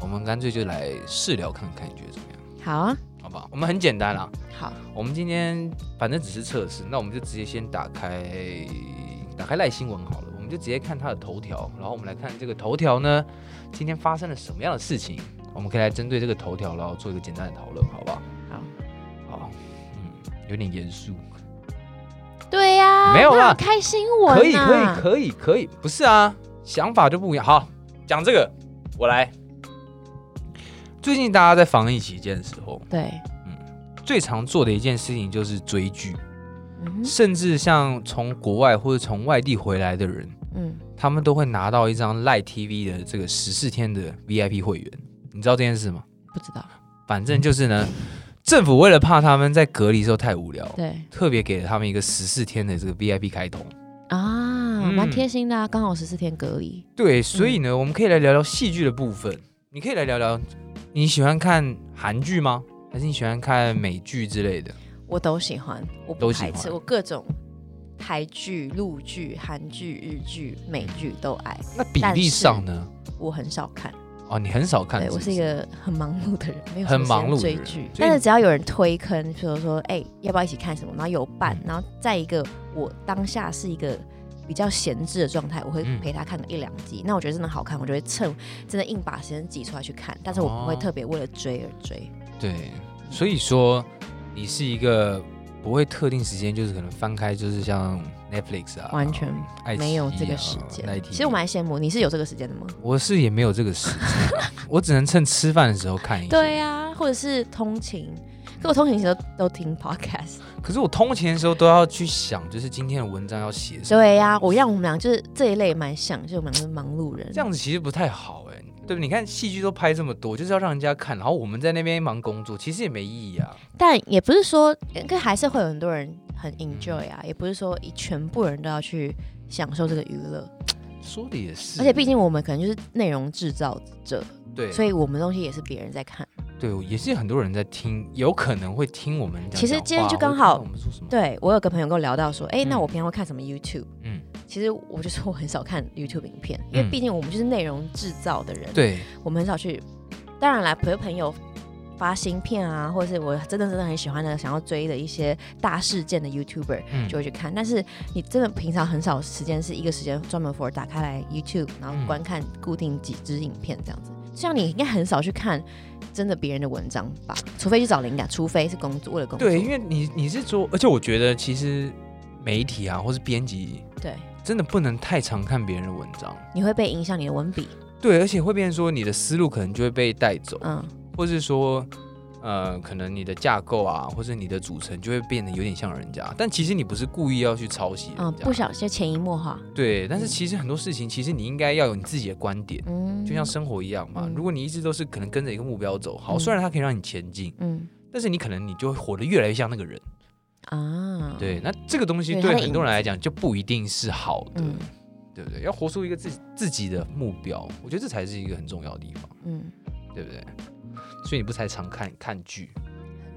Speaker 2: 我们干脆就来试聊看看，你觉得怎么样？
Speaker 1: 好啊，
Speaker 2: 好不好？我们很简单啦，
Speaker 1: 好，
Speaker 2: 我们今天反正只是测试，那我们就直接先打开打开赖新闻好了，我们就直接看它的头条，然后我们来看这个头条呢，今天发生了什么样的事情，我们可以来针对这个头条，然后做一个简单的讨论，好不好？
Speaker 1: 好，
Speaker 2: 好，嗯，有点严肃，
Speaker 1: 对呀、
Speaker 2: 没有啦
Speaker 1: 那开新闻、啊，
Speaker 2: 可以，可以，可以，可以，不是啊，想法就不一样。好，讲这个，我来。最近大家在防疫期间的时候，
Speaker 1: 对，
Speaker 2: 最常做的一件事情就是追剧，
Speaker 1: 嗯哼
Speaker 2: 甚至像从国外或者从外地回来的人，
Speaker 1: 嗯，
Speaker 2: 他们都会拿到一张 Lite TV 的这个十四天的 VIP 会员。你知道这件事吗？
Speaker 1: 不知道，
Speaker 2: 反正就是呢，政府为了怕他们在隔离的时候太无聊，
Speaker 1: 对
Speaker 2: 特别给了他们一个十四天的这个 VIP 开通。
Speaker 1: 啊，
Speaker 2: 嗯
Speaker 1: 蛮贴心的、啊，刚好十四天隔离，
Speaker 2: 对，所
Speaker 1: 嗯
Speaker 2: 以呢，我们可以来聊聊戏剧的部分。你可以来聊聊，你喜欢看韩剧吗？还是你喜欢看美剧之类的？
Speaker 1: 我都喜欢，我不
Speaker 2: 都喜
Speaker 1: 排斥，
Speaker 2: 欢
Speaker 1: 我各种台剧、陆剧、韩剧、日剧、美剧都爱，
Speaker 2: 那比例上呢？
Speaker 1: 我很少看，
Speaker 2: 哦，你很少看
Speaker 1: 对我
Speaker 2: 不
Speaker 1: 是一个很忙碌 的人，没有什么
Speaker 2: 很
Speaker 1: 时间
Speaker 2: 忙碌的
Speaker 1: 追
Speaker 2: 人
Speaker 1: 剧，
Speaker 2: 所以
Speaker 1: 但是只要有人推坑，比如说哎、要不要一起看什么，然后有伴，
Speaker 2: 嗯
Speaker 1: 然后再一个我当下是一个。比较闲置的状态，我会
Speaker 2: 嗯
Speaker 1: 陪他看个一两集。那我觉得真的好看，我就会趁真的硬把时间挤出来去看，但是我不会
Speaker 2: 哦
Speaker 1: 特别为了追而追。
Speaker 2: 对，所以说你是一个不会特定时间，就是可能翻开就是像 Netflix 啊，
Speaker 1: 完全
Speaker 2: 爱奇艺啊
Speaker 1: 没有这个时间。
Speaker 2: 奈提
Speaker 1: 其实我蛮羡慕，你是有这个时间的吗？
Speaker 2: 我是也没有这个时间 啊，我只能趁吃饭的时候看一下。
Speaker 1: 对啊呀、或者是通勤，可我通勤的时候都听 podcast。
Speaker 2: 可是我通勤的时候都要去想，就是今天的文章要写什 么。
Speaker 1: 对呀、我让我们俩就是这一类蛮像，就是我们俩是忙碌人。
Speaker 2: 这样子其实不太好哎、对不对？你看戏剧都拍这么多，就是要让人家看，然后我们在那边忙工作，其实也没意义啊。
Speaker 1: 但也不是说，可还是会有很多人很 enjoy 啊，也不是说一全部人都要去享受这个娱乐。
Speaker 2: 说的也是，
Speaker 1: 而且毕竟我们可能就是内容制造者，
Speaker 2: 对，
Speaker 1: 所以我们的东西也是别人在看。
Speaker 2: 对，也是很多人在听，有可能会听我们讲。
Speaker 1: 其实
Speaker 2: 讲话
Speaker 1: 今天就
Speaker 2: 或
Speaker 1: 刚好
Speaker 2: 听我们说什么，
Speaker 1: 对我有个朋友跟我聊到说，哎、那
Speaker 2: 嗯
Speaker 1: 我平常会看什么 YouTube？
Speaker 2: 嗯，
Speaker 1: 其实我就说我很少看 YouTube 影片，因为
Speaker 2: 嗯
Speaker 1: 毕竟我们就是内容制造的人，
Speaker 2: 对，
Speaker 1: 我们很少去。当然啦，朋友朋友发新片啊，或者是我真的真的很喜欢的，想要追的一些大事件的 YouTuber
Speaker 2: 嗯
Speaker 1: 就会去看。但是你真的平常很少时间是一个时间专门 for 打开来 YouTube，然后
Speaker 2: 嗯
Speaker 1: 观看固定几支影片这样子。像你应该很少去看真的别人的文章吧，除非去找灵感，除非是工作为了工作。
Speaker 2: 对，因为你你是做，而且我觉得其实媒体啊，或是编辑，
Speaker 1: 对，
Speaker 2: 真的不能太常看别人的文章。
Speaker 1: 你会被影响你的文笔，
Speaker 2: 对，而且会变成说你的思路可能就会被带走，
Speaker 1: 嗯，
Speaker 2: 或是说，呃，可能你的架构啊，或是你的组成就会变得有点像人家，但其实你不是故意要去抄袭
Speaker 1: 嗯，
Speaker 2: 人家。
Speaker 1: 不小心潜移默化，
Speaker 2: 对，但是其实很多事情，其实你应该要有你自己的观点，
Speaker 1: 嗯，
Speaker 2: 就像生活一样嘛。
Speaker 1: 嗯
Speaker 2: 如果你一直都是可能跟着一个目标走，好，
Speaker 1: 嗯
Speaker 2: 虽然它可以让你前进，
Speaker 1: 嗯
Speaker 2: 但是你可能你就会活得越来越像那个人。
Speaker 1: 啊，，
Speaker 2: 对，那这个东西
Speaker 1: 对它
Speaker 2: 对
Speaker 1: 的
Speaker 2: 很多人来讲就不一定是好的，
Speaker 1: 嗯
Speaker 2: 对不对？要活出一个自自己的目标，我觉得这才是一个很重要的地方，
Speaker 1: 嗯，
Speaker 2: 对不对？所以你不才常看看剧，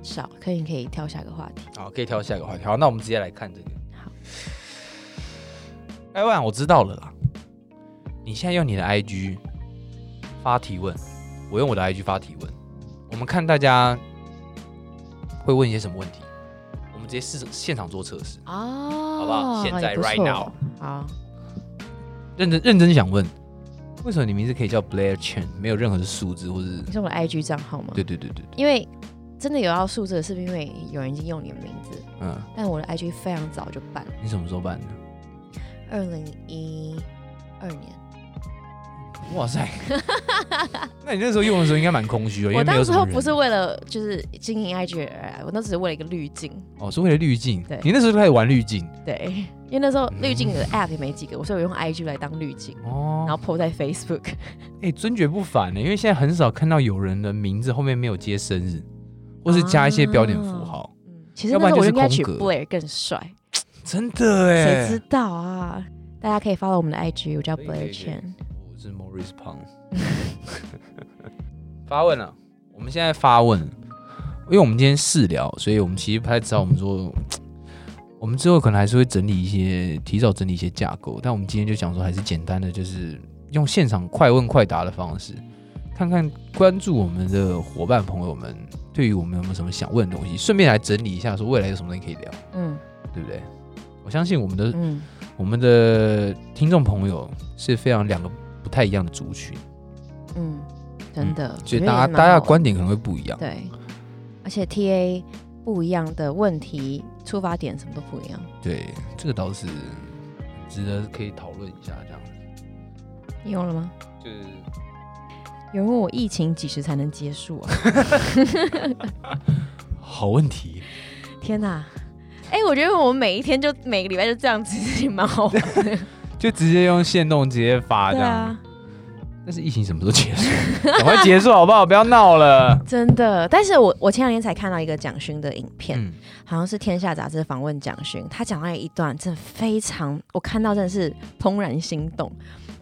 Speaker 1: 少，可以可以跳下一个话题，
Speaker 2: 好，可以挑下一个话题。好，那我们直接来看这个。
Speaker 1: 好，
Speaker 2: 艾万，我知道了啦。你现在用你的 IG 发提问，我用我的 IG 发提问，我们看大家会问一些什么问题，我们直接试现场做测试，
Speaker 1: 哦，
Speaker 2: 好不好现在
Speaker 1: 也不错
Speaker 2: right now
Speaker 1: 好，
Speaker 2: 认真认真想问，为什么你名字可以叫 Blair Chen，没有任何的数字或是
Speaker 1: 你？是我的 IG 账号吗？
Speaker 2: 对，对对对对，
Speaker 1: 因为真的有要数字的，是因为有人已经用你的名字，
Speaker 2: 嗯，
Speaker 1: 但我的 IG 非常早就办，
Speaker 2: 你什么时候办的？
Speaker 1: 二零一二年，
Speaker 2: 哇塞，那你那时候用的时候应该蛮空虚的，因
Speaker 1: 我
Speaker 2: 为没
Speaker 1: 当
Speaker 2: 有什
Speaker 1: 时
Speaker 2: 么
Speaker 1: 候
Speaker 2: 人。
Speaker 1: 不是为了就是经营 IG 而来，我那只是为了一个滤镜，
Speaker 2: 哦，是为了滤镜
Speaker 1: 对。
Speaker 2: 你那时候就开始玩滤镜
Speaker 1: 对，因为那时候
Speaker 2: 嗯
Speaker 1: 滤镜的 app 也没几个，我所以我用 IG 来当滤镜。嗯
Speaker 2: 哦
Speaker 1: 然后 PO 在 Facebook，
Speaker 2: 哎、尊爵不凡呢、因为现在很少看到有人的名字后面没有接生日，或是加一些标点符号，
Speaker 1: 其实
Speaker 2: 要不
Speaker 1: 那时候我
Speaker 2: 然就是
Speaker 1: 应该取
Speaker 2: 空格
Speaker 1: Blair 更帅，
Speaker 2: 真的
Speaker 1: 谁
Speaker 2: 哎、
Speaker 1: 知道啊？大家可以 follow 我们的 IG，我叫
Speaker 2: 可以可以
Speaker 1: Blair
Speaker 2: 可以
Speaker 1: Chen。
Speaker 2: 我是 Morris Pang。发问了、我们现在发问，因为我们今天试聊，所以我们其实不太知道我们说，我们之后可能还是会整理一些，提早整理一些架构，但我们今天就想说，还是简单的，就是用现场快问快答的方式，看看关注我们的伙伴朋友们对于我们有没有什么想问的东西，顺便来整理一下，说未来有什么东西可以聊，
Speaker 1: 嗯
Speaker 2: 对不对？我相信我们的
Speaker 1: 嗯，
Speaker 2: 我我们的听众朋友是非常两个不太一样的族群，
Speaker 1: 嗯，真的，
Speaker 2: 所以
Speaker 1: 我觉得
Speaker 2: 大
Speaker 1: 也
Speaker 2: 家
Speaker 1: 蛮
Speaker 2: 大家
Speaker 1: 好
Speaker 2: 的观点可能会不一样。
Speaker 1: 对，而且 TA 不一样的问题出发点什么都不一样。
Speaker 2: 对，这个倒是值得可以讨论一下，这样子
Speaker 1: 你用了吗？
Speaker 2: 就是
Speaker 1: 有人问我疫情几时才能结束 啊？
Speaker 2: 好问 题。
Speaker 1: 天哪！哎、我觉得我们每一天就每个礼拜就这样子，其实也蛮好玩的。
Speaker 2: 就直接用线动直接发这
Speaker 1: 对
Speaker 2: 样。
Speaker 1: 啊，
Speaker 2: 但是疫情什么时候结束？ 赶快结束好不好？不要闹了。
Speaker 1: 真的。但是我我前两天才看到一个蒋勋的影片，
Speaker 2: 嗯，
Speaker 1: 好像是《天下》杂志访问蒋勋，他讲到一段真的非常，我看到真的是怦然心动。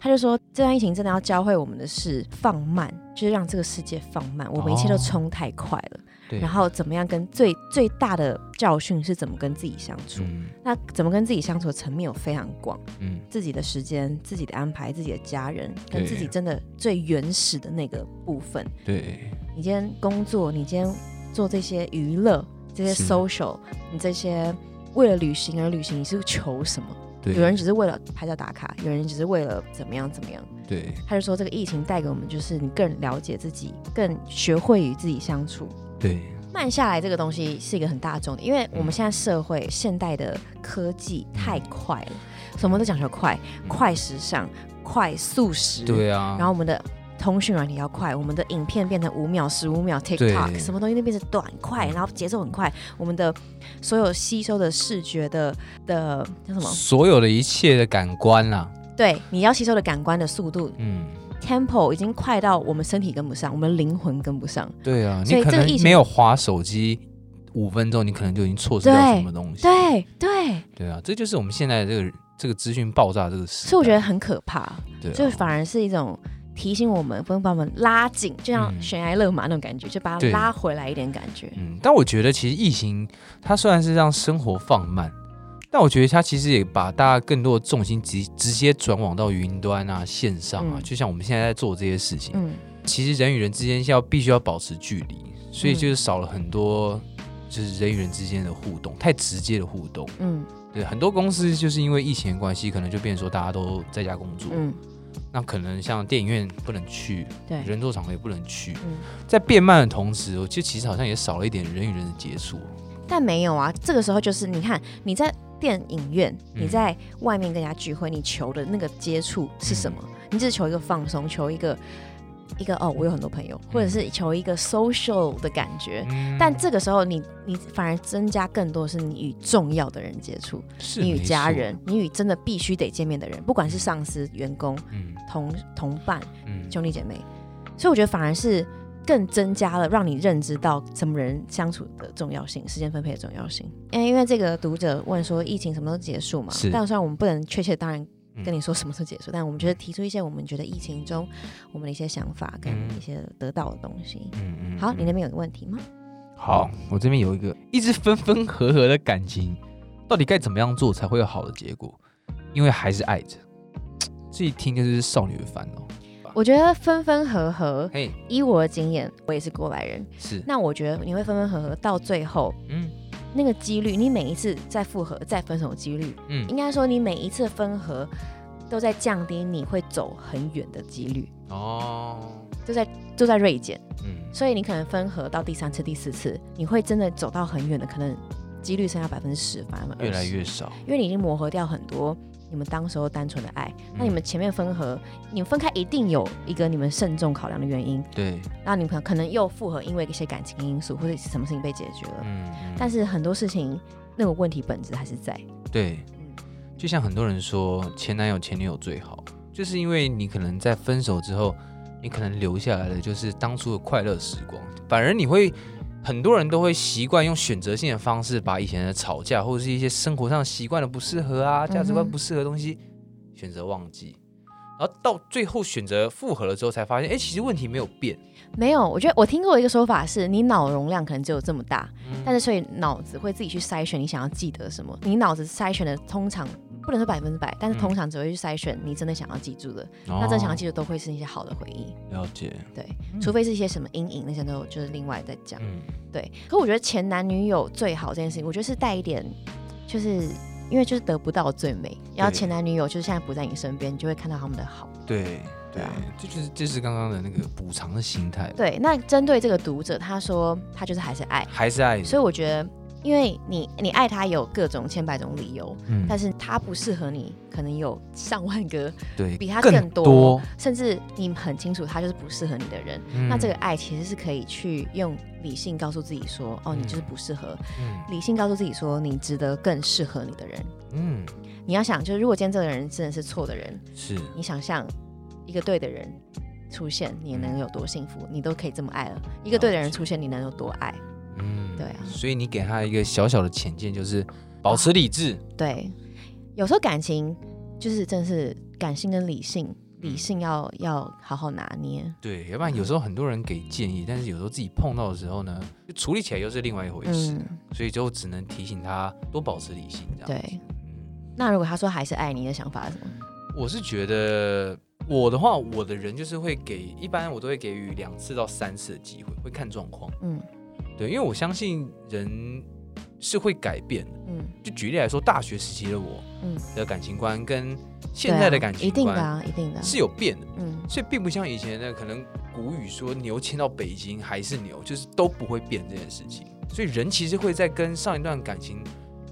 Speaker 1: 他就说，这段疫情真的要教会我们的是放慢，就是让这个世界放慢，我们一切都
Speaker 2: 哦
Speaker 1: 冲太快了。
Speaker 2: 对。
Speaker 1: 然后怎么样跟最最大的教训是怎么跟自己相处？
Speaker 2: 嗯
Speaker 1: 那怎么跟自己相处的层面有非常广，
Speaker 2: 嗯，
Speaker 1: 自己的时间、自己的安排、自己的家人，跟
Speaker 2: 对
Speaker 1: 自己真的最原始的那个部分。
Speaker 2: 对
Speaker 1: 你今天工作，你今天做这些娱乐、这些
Speaker 2: 是
Speaker 1: social，你这些为了旅行而旅行，你是求什么？
Speaker 2: 对。
Speaker 1: 有人只是为了拍照打卡，有人只是为了怎么样怎么样。
Speaker 2: 对
Speaker 1: 他就说，这个疫情带给我们就是你更了解自己，更学会与自己相处。
Speaker 2: 对
Speaker 1: 慢下来这个东西是一个很大的重点，因为我们现在社会现代的科技太快了，什么都讲求快、
Speaker 2: 嗯
Speaker 1: 快时尚、快速食，、
Speaker 2: 对啊。
Speaker 1: 然后我们的通讯软体要快，我们的影片变成五秒、十五秒 TikTok，
Speaker 2: 对嗯
Speaker 1: 什么东西都变成短快，然后节奏很快，我们的所有吸收的视觉的的叫什么？
Speaker 2: 所有的一切的感官啦，
Speaker 1: 对，你要吸收的感官的速度
Speaker 2: 嗯，
Speaker 1: tempo 已经快到我们身体跟不上，我们灵魂跟不上。
Speaker 2: 对啊，
Speaker 1: 所以
Speaker 2: 你可
Speaker 1: 这个
Speaker 2: 能
Speaker 1: 疫情
Speaker 2: 没有划手机五分钟，你可能就已经错失掉
Speaker 1: 对
Speaker 2: 什么东西。
Speaker 1: 对对，
Speaker 2: 对啊，这就是我们现在的这个这个资讯爆炸这个时代。
Speaker 1: 所以我觉得很可怕。
Speaker 2: 对啊，
Speaker 1: 就反而是一种提醒我们，不用把我们拉紧，就像
Speaker 2: 嗯
Speaker 1: 悬崖勒马那种感觉，就把它
Speaker 2: 对
Speaker 1: 拉回来一点感觉。
Speaker 2: 嗯，但我觉得其实疫情它虽然是让生活放慢，但我觉得它其实也把大家更多的重心直直接转往到云端啊、线上啊，
Speaker 1: 嗯
Speaker 2: 就像我们现在在做这些事情。
Speaker 1: 嗯，
Speaker 2: 其实人与人之间要必须要保持距离，所
Speaker 1: 嗯
Speaker 2: 以就是少了很多就是人与人之间的互动，太直接的互动。
Speaker 1: 嗯
Speaker 2: 对，很多公司就是因为疫情的关系，可能就变成说大家都在家工作，
Speaker 1: 嗯，
Speaker 2: 那可能像电影院不能去，
Speaker 1: 对，
Speaker 2: 人多场合也不能去，
Speaker 1: 嗯
Speaker 2: 在变慢的同时，我就其实好像也少了一点人与人的接触。
Speaker 1: 但没有啊，这个时候就是你看你在电影院，
Speaker 2: 嗯
Speaker 1: 你在外面跟人家聚会，你求的那个接触是什么？
Speaker 2: 嗯
Speaker 1: 你只是求一个放松，求一个一个哦，我有很多朋友，或者是求一个 social 的感觉。
Speaker 2: 嗯
Speaker 1: 但这个时候你，你反而增加更多的是你与重要的人接触，
Speaker 2: 是
Speaker 1: 你与
Speaker 2: 没
Speaker 1: 家
Speaker 2: 错，
Speaker 1: 人，你与真的必须得见面的人，不管是上司、员工、
Speaker 2: 嗯
Speaker 1: 同同伴、
Speaker 2: 嗯，
Speaker 1: 兄弟姐妹，所以我觉得反而是更增加了让你认知到怎么人相处的重要性、时间分配的重要性。因为因为这个读者问说，疫情什么时候结束嘛
Speaker 2: 是？
Speaker 1: 但虽然我们不能确切，当然
Speaker 2: 嗯
Speaker 1: 跟你说什么时候结束，但我们觉得提出一些我们觉得疫情中我们的一些想法跟
Speaker 2: 嗯
Speaker 1: 一些得到的东西。
Speaker 2: 嗯嗯
Speaker 1: 好，你那
Speaker 2: 嗯
Speaker 1: 边有问题吗？
Speaker 2: 好，我这边有一个一直分分合合的感情，到底该怎么样做才会有好的结果？因为还是爱着，这一听就是少女的烦恼。
Speaker 1: 我觉得分分合合，
Speaker 2: 嘿，
Speaker 1: 依我的经验，我也是过来人。
Speaker 2: 是，
Speaker 1: 那我觉得你会分分合合到最后，
Speaker 2: 嗯
Speaker 1: 那个几率，你每一次再复合、再分手的几率，
Speaker 2: 嗯，
Speaker 1: 应该说你每一次分合都在降低你会走很远的几率，
Speaker 2: 哦，
Speaker 1: 就在就在锐减。
Speaker 2: 嗯，
Speaker 1: 所以你可能分合到第三次、第四次，你会真的走到很远的，可能几率剩下百分之十、百分之
Speaker 2: 越来，越少。
Speaker 1: 因为你已经磨合掉很多你们当时候单纯的爱。那
Speaker 2: 嗯
Speaker 1: 你们前面分合，你们分开一定有一个你们慎重考量的原因，
Speaker 2: 对，
Speaker 1: 那你们可能可能又复合，因为一些感情因素或者什么事情被解决了。
Speaker 2: 嗯，嗯
Speaker 1: 但是很多事情那个问题本质还是在。
Speaker 2: 对，
Speaker 1: 嗯
Speaker 2: 就像很多人说前男友前女友最好，就是因为你可能在分手之后，你可能留下来的就是当初的快乐时光，反而你会。很多人都会习惯用选择性的方式，把以前的吵架或者是一些生活上习惯的不适合啊、价值观
Speaker 1: 嗯哼
Speaker 2: 不适合的东西，选择忘记，然后到最后选择复合了之后，才发现，哎，其实问题没有变。
Speaker 1: 没有，我觉得我听过一个说法是，你脑容量可能只有这么大，
Speaker 2: 嗯
Speaker 1: 但是所以脑子会自己去筛选你想要记得什么。你脑子筛选的通常不能说百分之百，但是
Speaker 2: 嗯
Speaker 1: 通常只会去筛选你真的想要记住的。那真的想要记住都会是一些好的回忆，
Speaker 2: 哦了解，
Speaker 1: 对，除非是一些什么阴影那些都就是另外再讲。
Speaker 2: 嗯，
Speaker 1: 对，可我觉得前男女友最好这件事情，我觉得是带一点就是因为就是得不到最美。然后前男女友就是现在不在你身边，你就会看到他们的好。
Speaker 2: 对
Speaker 1: 对
Speaker 2: 对
Speaker 1: 啊，
Speaker 2: 这就是这是刚刚的那个补偿的心态，
Speaker 1: 对，那针对这个读者，他说他就是还是爱，
Speaker 2: 还是爱你，
Speaker 1: 所以我觉得，因为你你爱他有各种千百种理由，
Speaker 2: 嗯
Speaker 1: 但是他不适合你，可能有上万个，
Speaker 2: 对
Speaker 1: 比他更
Speaker 2: 更
Speaker 1: 多甚至你很清楚他就是不适合你的人。
Speaker 2: 嗯
Speaker 1: 那这个爱其实是可以去用理性告诉自己说，哦，你就是不适合。
Speaker 2: 嗯
Speaker 1: 理性告诉自己说，你值得更适合你的人。
Speaker 2: 嗯
Speaker 1: 你要想，就是如果今天这个人真的是错的人，
Speaker 2: 是
Speaker 1: 你想象一个对的人出现，你能
Speaker 2: 嗯
Speaker 1: 有多幸福？你都可以这么爱了。一个对的人出现，你能有多爱？
Speaker 2: 嗯
Speaker 1: 对啊
Speaker 2: 所以你给他一个小小的浅见，就是保持理智，
Speaker 1: 啊对，有时候感情就是真的是感性跟理性，
Speaker 2: 嗯
Speaker 1: 理性要要好好拿捏。
Speaker 2: 对，要不然有时候很多人给建议，但是有时候自己碰到的时候呢，就处理起来又是另外一回事，
Speaker 1: 嗯，
Speaker 2: 所以就只能提醒他多保持理性这样。
Speaker 1: 对。
Speaker 2: 嗯，
Speaker 1: 那如果他说还是爱你，你的想法是什么？
Speaker 2: 我是觉得我的话，我的人就是会给，一般我都会给予两次到三次的机会，会看状况。
Speaker 1: 嗯
Speaker 2: 对，因为我相信人是会改变的。
Speaker 1: 嗯
Speaker 2: 就举例来说，大学时期的我
Speaker 1: 嗯，
Speaker 2: 的感情观跟
Speaker 1: 对
Speaker 2: 现
Speaker 1: 啊
Speaker 2: 在的感情
Speaker 1: 一定
Speaker 2: 观、
Speaker 1: 的啊，一定的啊。
Speaker 2: 是有变的，
Speaker 1: 嗯
Speaker 2: 所以并不像以前那可能古语说牛迁到北京还是牛，就是都不会变这件事情。所以人其实会在跟上一段感情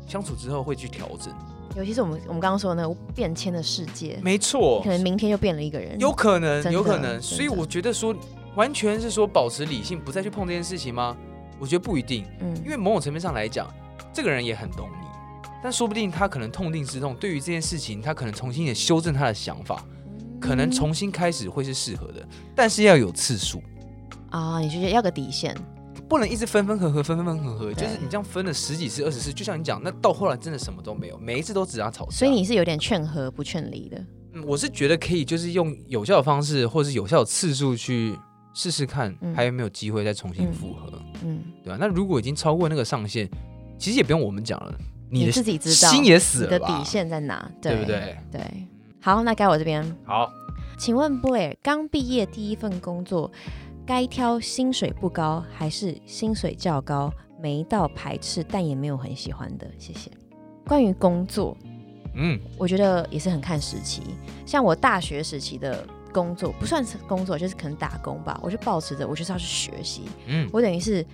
Speaker 2: 相处之后会去调整。
Speaker 1: 尤其是我们我们刚刚说的那个变迁的世界，
Speaker 2: 没错
Speaker 1: 可，能明天又变了一个人。
Speaker 2: 有可
Speaker 1: 真的
Speaker 2: 能，有可能。
Speaker 1: 真的
Speaker 2: 所以我觉得说，完全是说保持理性，不再去碰这件事情吗？我觉得不一定，
Speaker 1: 嗯，
Speaker 2: 因为某种层面上来讲，这个人也很懂你，但说不定他可能痛定思痛，对于这件事情，他可能重新也修正他的想法，可
Speaker 1: 嗯
Speaker 2: 能重新开始会是适合的，但是要有次数。
Speaker 1: 啊，你就觉得要个底线。
Speaker 2: 不能一直分分合合，分分合合，
Speaker 1: 对
Speaker 2: 就是你这样分了十几次、二十次，就像你讲，那到后来真的什么都没有，每一次都只要吵架。
Speaker 1: 所以你是有点劝和不劝离的。
Speaker 2: 嗯，我是觉得可以，就是用有效的方式，或是有效的次数去试试看
Speaker 1: 嗯，
Speaker 2: 还有没有机会再重新复合，
Speaker 1: 嗯，
Speaker 2: 对吧、啊那如果已经超过那个上限，其实也不用我们讲了，你的
Speaker 1: 自己知道
Speaker 2: 心也死
Speaker 1: 你
Speaker 2: 了
Speaker 1: 的
Speaker 2: 吧
Speaker 1: 底线在哪？
Speaker 2: 对不？对？
Speaker 1: 对。好，那该我这边。
Speaker 2: 好，
Speaker 1: 请问 Blair 刚毕业第一份工作，该挑薪水不高还是薪水较高、没到排斥但也没有很喜欢的？谢谢。关于工作，
Speaker 2: 嗯，
Speaker 1: 我觉得也是很看时期。像我大学时期的工作，不算是工作，就是可能打工吧。我就保持着我就是要去学习，
Speaker 2: 嗯，
Speaker 1: 我等于是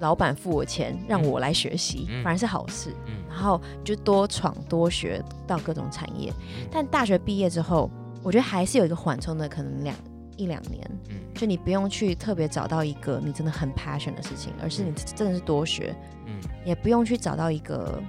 Speaker 1: 老板付我钱让我来学习，
Speaker 2: 嗯
Speaker 1: 反而是好事。
Speaker 2: 嗯
Speaker 1: 然后就多闯多学到各种产业
Speaker 2: 嗯。
Speaker 1: 但大学毕业之后，我觉得还是有一个缓冲的，可能两一两年，
Speaker 2: 嗯
Speaker 1: 就你不用去特别找到一个你真的很 passion 的事情，而是你真的是多学，
Speaker 2: 嗯
Speaker 1: 也不用去找到一个，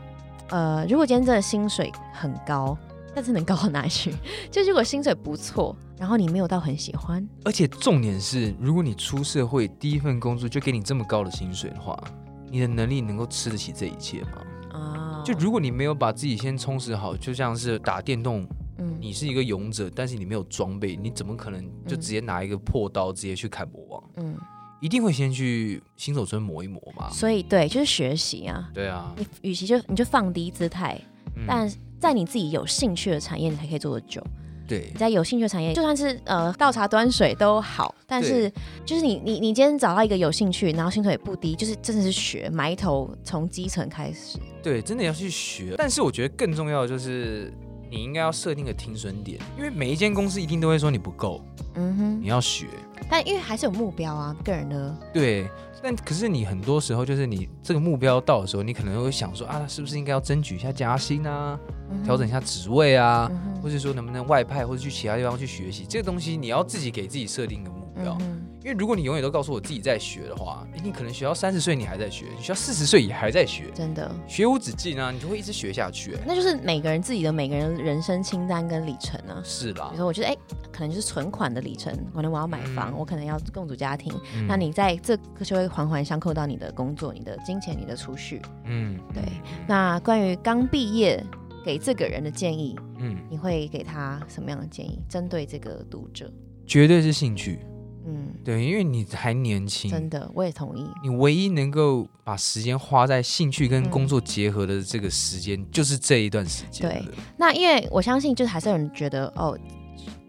Speaker 1: 呃，如果今天真的薪水很高，但是能高到哪里去？ 就如果薪水不错，然后你没有到很喜欢，
Speaker 2: 而且重点是，如果你出社会第一份工作就给你这么高的薪水的话，你的能力能够吃得起这一切吗？
Speaker 1: 啊，
Speaker 2: 就如果你没有把自己先充实好，就像是打电动，
Speaker 1: 嗯
Speaker 2: 你是一个勇者，但是你没有装备，你怎么可能就直接拿一个破刀直接去砍魔王？
Speaker 1: 嗯，
Speaker 2: 一定会先去新手村磨一磨嘛。
Speaker 1: 所以对，就是学习啊，
Speaker 2: 对啊，
Speaker 1: 你与其就你就放低姿态，
Speaker 2: 嗯
Speaker 1: 但在你自己有兴趣的产业，你才可以做得久。
Speaker 2: 对
Speaker 1: 你在有兴趣的产业，就算是呃倒茶端水都好，但是就是你你你今天找到一个有兴趣，然后薪水也不低，就是真的是学埋头从基层开始。
Speaker 2: 对，真的要去学。但是我觉得更重要的就是，你应该要设定个停损点，因为每一间公司一定都会说你不够，
Speaker 1: 嗯哼，
Speaker 2: 你要学。
Speaker 1: 但因为还是有目标啊，个人的
Speaker 2: 对，但可是你很多时候就是你这个目标到的时候，你可能会想说啊，是不是应该要争取一下加薪啊，
Speaker 1: 嗯哼
Speaker 2: 调整一下职位啊，
Speaker 1: 嗯哼
Speaker 2: 或是说能不能外派，或者去其他地方去学习，这个东西你要自己给自己设定一个目标。
Speaker 1: 嗯哼
Speaker 2: 因为如果你永远都告诉我自己在学的话，诶你可能学到三十岁你还在学，你学到四十岁也还在学，
Speaker 1: 真的，
Speaker 2: 学无止境啊，你就会一直学下去、诶欸
Speaker 1: 那就是每个人自己的每个人人生清单跟里程啊。
Speaker 2: 是啦
Speaker 1: 比如，说，我觉得哎、可能就是存款的里程，可能我要买房，
Speaker 2: 嗯
Speaker 1: 我可能要共组家庭，
Speaker 2: 嗯
Speaker 1: 那你在这个就会环环相扣到你的工作、你的金钱、你的储蓄。
Speaker 2: 嗯
Speaker 1: 对，那关于刚毕业给这个人的建议，
Speaker 2: 嗯，
Speaker 1: 你会给他什么样的建议？针对这个读者，
Speaker 2: 绝对是兴趣，
Speaker 1: 嗯，
Speaker 2: 对，因为你还年轻，
Speaker 1: 真的，我也同意。
Speaker 2: 你唯一能够把时间花在兴趣跟工作结合的这个时间，就是这一段时间了。
Speaker 1: 那因为我相信，就是还是有人觉得哦，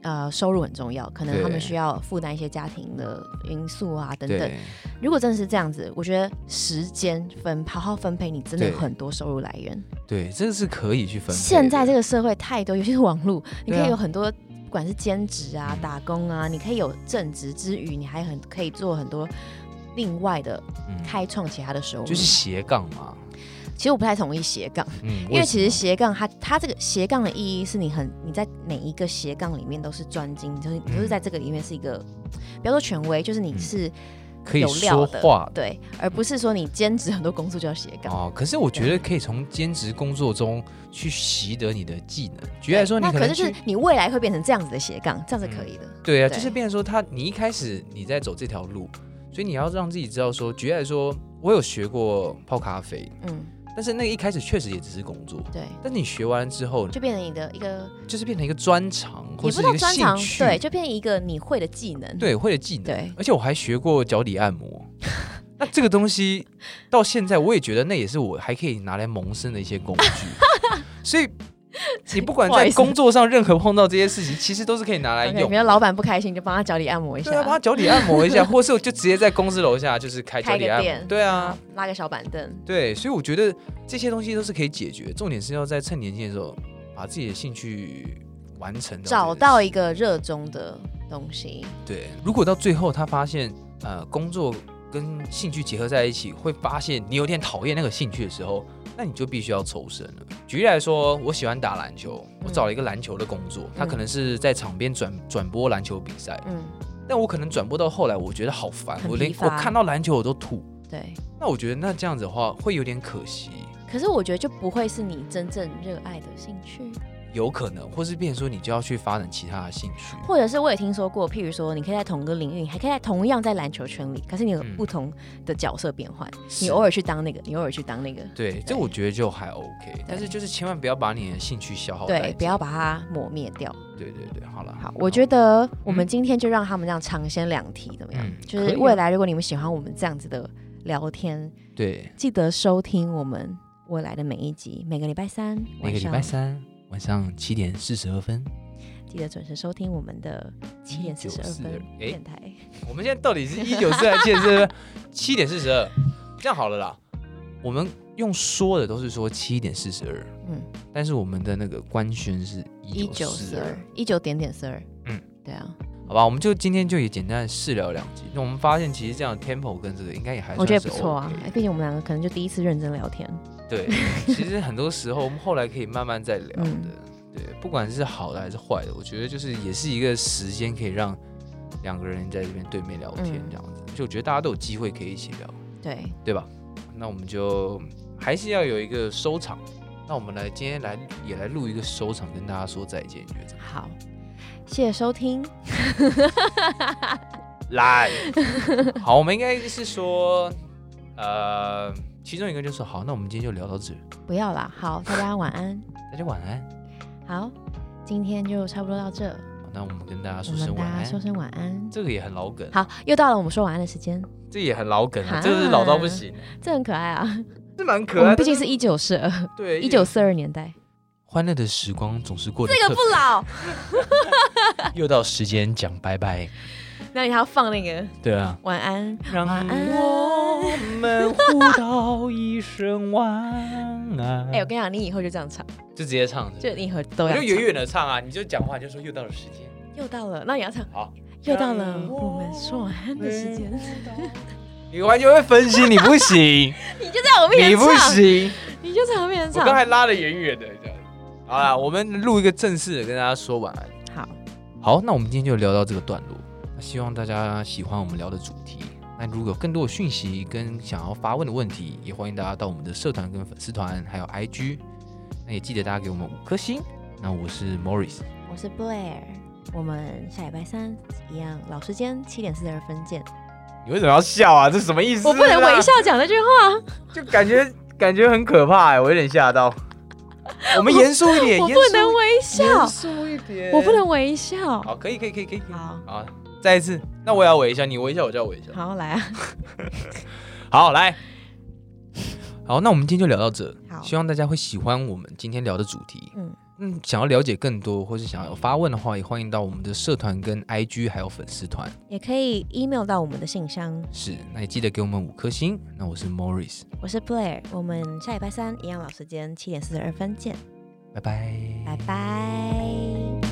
Speaker 1: 呃收入很重要，可能
Speaker 2: 对
Speaker 1: 他们需要负担一些家庭的因素啊等等。
Speaker 2: 对，
Speaker 1: 如果真的是这样子，我觉得时间分好好分配，你真的
Speaker 2: 对
Speaker 1: 有很多收入来源。
Speaker 2: 对，这个是可以去分配的。
Speaker 1: 现在这个社会太多，尤 其是网络，你可
Speaker 2: 对啊
Speaker 1: 以有很多，不管是兼职啊、打工啊，你可以有正职之余，你还很可以做很多另外的
Speaker 2: 嗯
Speaker 1: 开创其他的收入。
Speaker 2: 就是斜杠嘛，
Speaker 1: 其实我不太同意斜杠，
Speaker 2: 嗯，
Speaker 1: 因为
Speaker 2: 什
Speaker 1: 其实
Speaker 2: 么
Speaker 1: 斜杠它它这个斜杠的意义是你很你在每一个斜杠里面都是专精，你就是你就是在这个里面是一个，不要说权威，就是你
Speaker 2: 嗯
Speaker 1: 是
Speaker 2: 可以
Speaker 1: 有料
Speaker 2: 说
Speaker 1: 的，
Speaker 2: 话
Speaker 1: 对，而不是说你兼职很多工作就叫斜杠。
Speaker 2: 哦，可是我觉得可以从兼职工作中去习得你的技能。举例来说，你
Speaker 1: 那
Speaker 2: 可能
Speaker 1: 是就是
Speaker 2: 去
Speaker 1: 你未来会变成这样子的斜杠，这样是可以的。
Speaker 2: 对啊，
Speaker 1: 对
Speaker 2: 就是变成说他，你一开始你在走这条路，所以你要让自己知道说，举例来说，我有学过泡咖啡，
Speaker 1: 嗯，
Speaker 2: 但是那个一开始确实也只是工作。
Speaker 1: 对，
Speaker 2: 但你学完之后，
Speaker 1: 就变成你的一个，
Speaker 2: 就是变成一个专长，或
Speaker 1: 也
Speaker 2: 是
Speaker 1: 不叫
Speaker 2: 一个
Speaker 1: 专
Speaker 2: 兴
Speaker 1: 长，
Speaker 2: 趣，
Speaker 1: 对，就变成一个你会的技能。
Speaker 2: 对，会的技能。
Speaker 1: 对
Speaker 2: 而且我还学过脚底按 摩。那这个东西到现在，我也觉得那也是我还可以拿来谋生的一些工 具。所以你不管
Speaker 1: 不好
Speaker 2: 在
Speaker 1: 意思
Speaker 2: 工作上任何碰到这些事情，其实都是可以拿来
Speaker 1: OK，
Speaker 2: 用
Speaker 1: 比。如老板不开心，就帮他脚底按摩一下
Speaker 2: 对啊，，帮他脚底按摩一下， 或是我就直接在公司楼下就是开脚
Speaker 1: 开
Speaker 2: 底
Speaker 1: 个
Speaker 2: 按摩
Speaker 1: 店。，嗯
Speaker 2: 对啊，，
Speaker 1: 拉个小板凳，
Speaker 2: 对，所以我觉得这些东西都是可以解决，重点是要在趁年轻的时候把自己的兴趣完成，
Speaker 1: 找到一个热衷的东西。
Speaker 2: 对，如果到最后他发现，呃，工作跟兴趣结合在一起，会发现你有点讨厌那个兴趣的时候，那你就必须要抽身了。举例来说，我喜欢打篮球，我找了一个篮球的工作，他可能是在场边转转播篮球比赛，
Speaker 1: 嗯，
Speaker 2: 但我可能转播到后来，我觉得好烦，
Speaker 1: 很
Speaker 2: 我连
Speaker 1: 疲乏
Speaker 2: 我看到篮球我都吐。
Speaker 1: 对。
Speaker 2: 那我觉得那这样子的话，会有点可惜，
Speaker 1: 可是我觉得就不会是你真正热爱的兴趣，
Speaker 2: 有可能，或是变成说你就要去发展其他的兴趣。
Speaker 1: 或者是我也听说过，譬如说你可以在同个领域，你还可以在同样在篮球圈里，可是你有
Speaker 2: 嗯
Speaker 1: 不同的角色变换，你
Speaker 2: 是
Speaker 1: 偶尔去当那个，你偶尔去当那个，
Speaker 2: 对，这
Speaker 1: 对
Speaker 2: 我觉得就还 OK，但是就是千万不要把你的兴趣消耗殆
Speaker 1: 对，
Speaker 2: 尽
Speaker 1: 不要把它抹灭掉。
Speaker 2: 对对对，好了，
Speaker 1: 好，我觉得我们今天就让他们这样尝鲜两题，怎么样？
Speaker 2: 嗯
Speaker 1: 就
Speaker 2: 可以
Speaker 1: 是
Speaker 2: 啊
Speaker 1: 未来如果你们喜欢我们这样子的聊天，
Speaker 2: 对，
Speaker 1: 记得收听我们未来的每一集，每个礼拜三
Speaker 2: 每
Speaker 1: 晚
Speaker 2: 个礼
Speaker 1: 上，
Speaker 2: 拜三晚上七点四十二分，
Speaker 1: 记得准时收听我们的七点四十二分
Speaker 2: 1942诶
Speaker 1: 电台。
Speaker 2: 我们现在到底是一九四还是七点四十？七点四十二，这样好了啦。我们用说的都是说七点四十二，
Speaker 1: 嗯，
Speaker 2: 但是我们的那个官宣是
Speaker 1: 一
Speaker 2: 一
Speaker 1: 九
Speaker 2: 九四
Speaker 1: 四
Speaker 2: 二
Speaker 1: 二，，一九点点四二。
Speaker 2: 嗯，
Speaker 1: 对啊，
Speaker 2: 好吧？我们就今天就也简单地试聊两集，那我们发现其实这样的 tempo 跟这个应该也还
Speaker 1: 我觉得
Speaker 2: 算
Speaker 1: 不
Speaker 2: 是
Speaker 1: 错啊
Speaker 2: OK。
Speaker 1: 哎毕竟我们两个可能就第一次认真聊天。
Speaker 2: 对，其实很多时候我们后来可以慢慢 再聊的。
Speaker 1: 嗯
Speaker 2: 对，不管是好的还是坏的，我觉得就是也是一个时间可以让两个人在这边对面聊天
Speaker 1: 嗯
Speaker 2: 这样子。就我觉得大家都有机会可以一起聊，
Speaker 1: 对，
Speaker 2: 对吧？那我们就还是要有一个收场。那我们来今天来也来录一个收场，跟大家说再见，你觉得怎么
Speaker 1: 好，谢谢收听。
Speaker 2: 样？来， 好，我们应该是说，呃，其中一个就说好，那我们今天就聊到这，
Speaker 1: 不要啦，好，大家晚安。
Speaker 2: 大家晚安。
Speaker 1: 好，今天就差不多到这，
Speaker 2: 好那我们跟大家
Speaker 1: 我
Speaker 2: 啊说
Speaker 1: 们
Speaker 2: 声晚
Speaker 1: 大家说
Speaker 2: 安，
Speaker 1: 声晚安。
Speaker 2: 这个也很老梗。
Speaker 1: 好，又到了我们说晚安的时间，
Speaker 2: 这也很老梗啊，
Speaker 1: 哈
Speaker 2: 这是老到不行，
Speaker 1: 这很可爱啊。
Speaker 2: 这蛮
Speaker 1: 我
Speaker 2: 可爱
Speaker 1: 们
Speaker 2: 的。哎
Speaker 1: 毕竟是一九四二，
Speaker 2: 对
Speaker 1: 一九四二年代，
Speaker 2: 欢乐的时光总是过得
Speaker 1: 这个
Speaker 2: 特
Speaker 1: 不老。
Speaker 2: 又到时间讲拜拜，
Speaker 1: 那你还要放那个
Speaker 2: 对啊，
Speaker 1: 晚安，
Speaker 2: 让
Speaker 1: 晚安
Speaker 2: 我们互道一声晚安。
Speaker 1: 哎、我跟你讲，你以后就这样唱，
Speaker 2: 就直接唱着，
Speaker 1: 就你以后都
Speaker 2: 我
Speaker 1: 要
Speaker 2: 就
Speaker 1: 唱。
Speaker 2: 远远的唱啊，你就讲话你就说又到了时间，
Speaker 1: 又到了，那你要唱。
Speaker 2: 好，嗯
Speaker 1: 又到了我们说晚安的时间，
Speaker 2: 你完全会分心，你不行，
Speaker 1: 你就 在我面
Speaker 2: 你
Speaker 1: 前唱
Speaker 2: 不，行，
Speaker 1: 你就在我面前
Speaker 2: 我刚
Speaker 1: 唱。
Speaker 2: 才拉的远远的，这样。好啦，我们录一个正式的跟大家说晚安。
Speaker 1: 好，
Speaker 2: 好，那我们今天就聊到这个段落。那希望大家喜欢我们聊的主题。那如果有更多的讯息跟想要发问的问题，也欢迎大家到我们的社团跟粉丝团，还有 IG。那也记得大家给我们五颗星。那我是 Morris，
Speaker 1: 我是 Blair，我们下礼拜三一样老时间七点四十二分见。
Speaker 2: 你为什么要笑啊？这什么意思
Speaker 1: 我不能微，笑讲那句话，
Speaker 2: 就感觉感觉很可怕、欸我有点 吓到。我们严肃一点，
Speaker 1: 我不能微笑
Speaker 2: 严，肃一点，
Speaker 1: 我不。能微笑。
Speaker 2: 好，可以，可以，可以，可以。可以
Speaker 1: 好，
Speaker 2: 好，再一次。那我也要微笑，你微笑，我就要微笑。
Speaker 1: 好来啊，
Speaker 2: 好，来，好，那我们今天就聊到这。
Speaker 1: 好
Speaker 2: 希望大家会喜欢我们今天聊的主题。
Speaker 1: 嗯，
Speaker 2: 嗯，想要了解更多或是想要发问的话，也欢迎到我们的社团、跟 IG 还有粉丝团。
Speaker 1: 也可以 email 到我们的信箱。
Speaker 2: 是，那也记得给我们五颗星。那我是 Morris，
Speaker 1: 我是 Blair，我们下礼拜三一样老时间七点四十二分见，
Speaker 2: 拜拜，
Speaker 1: 拜拜。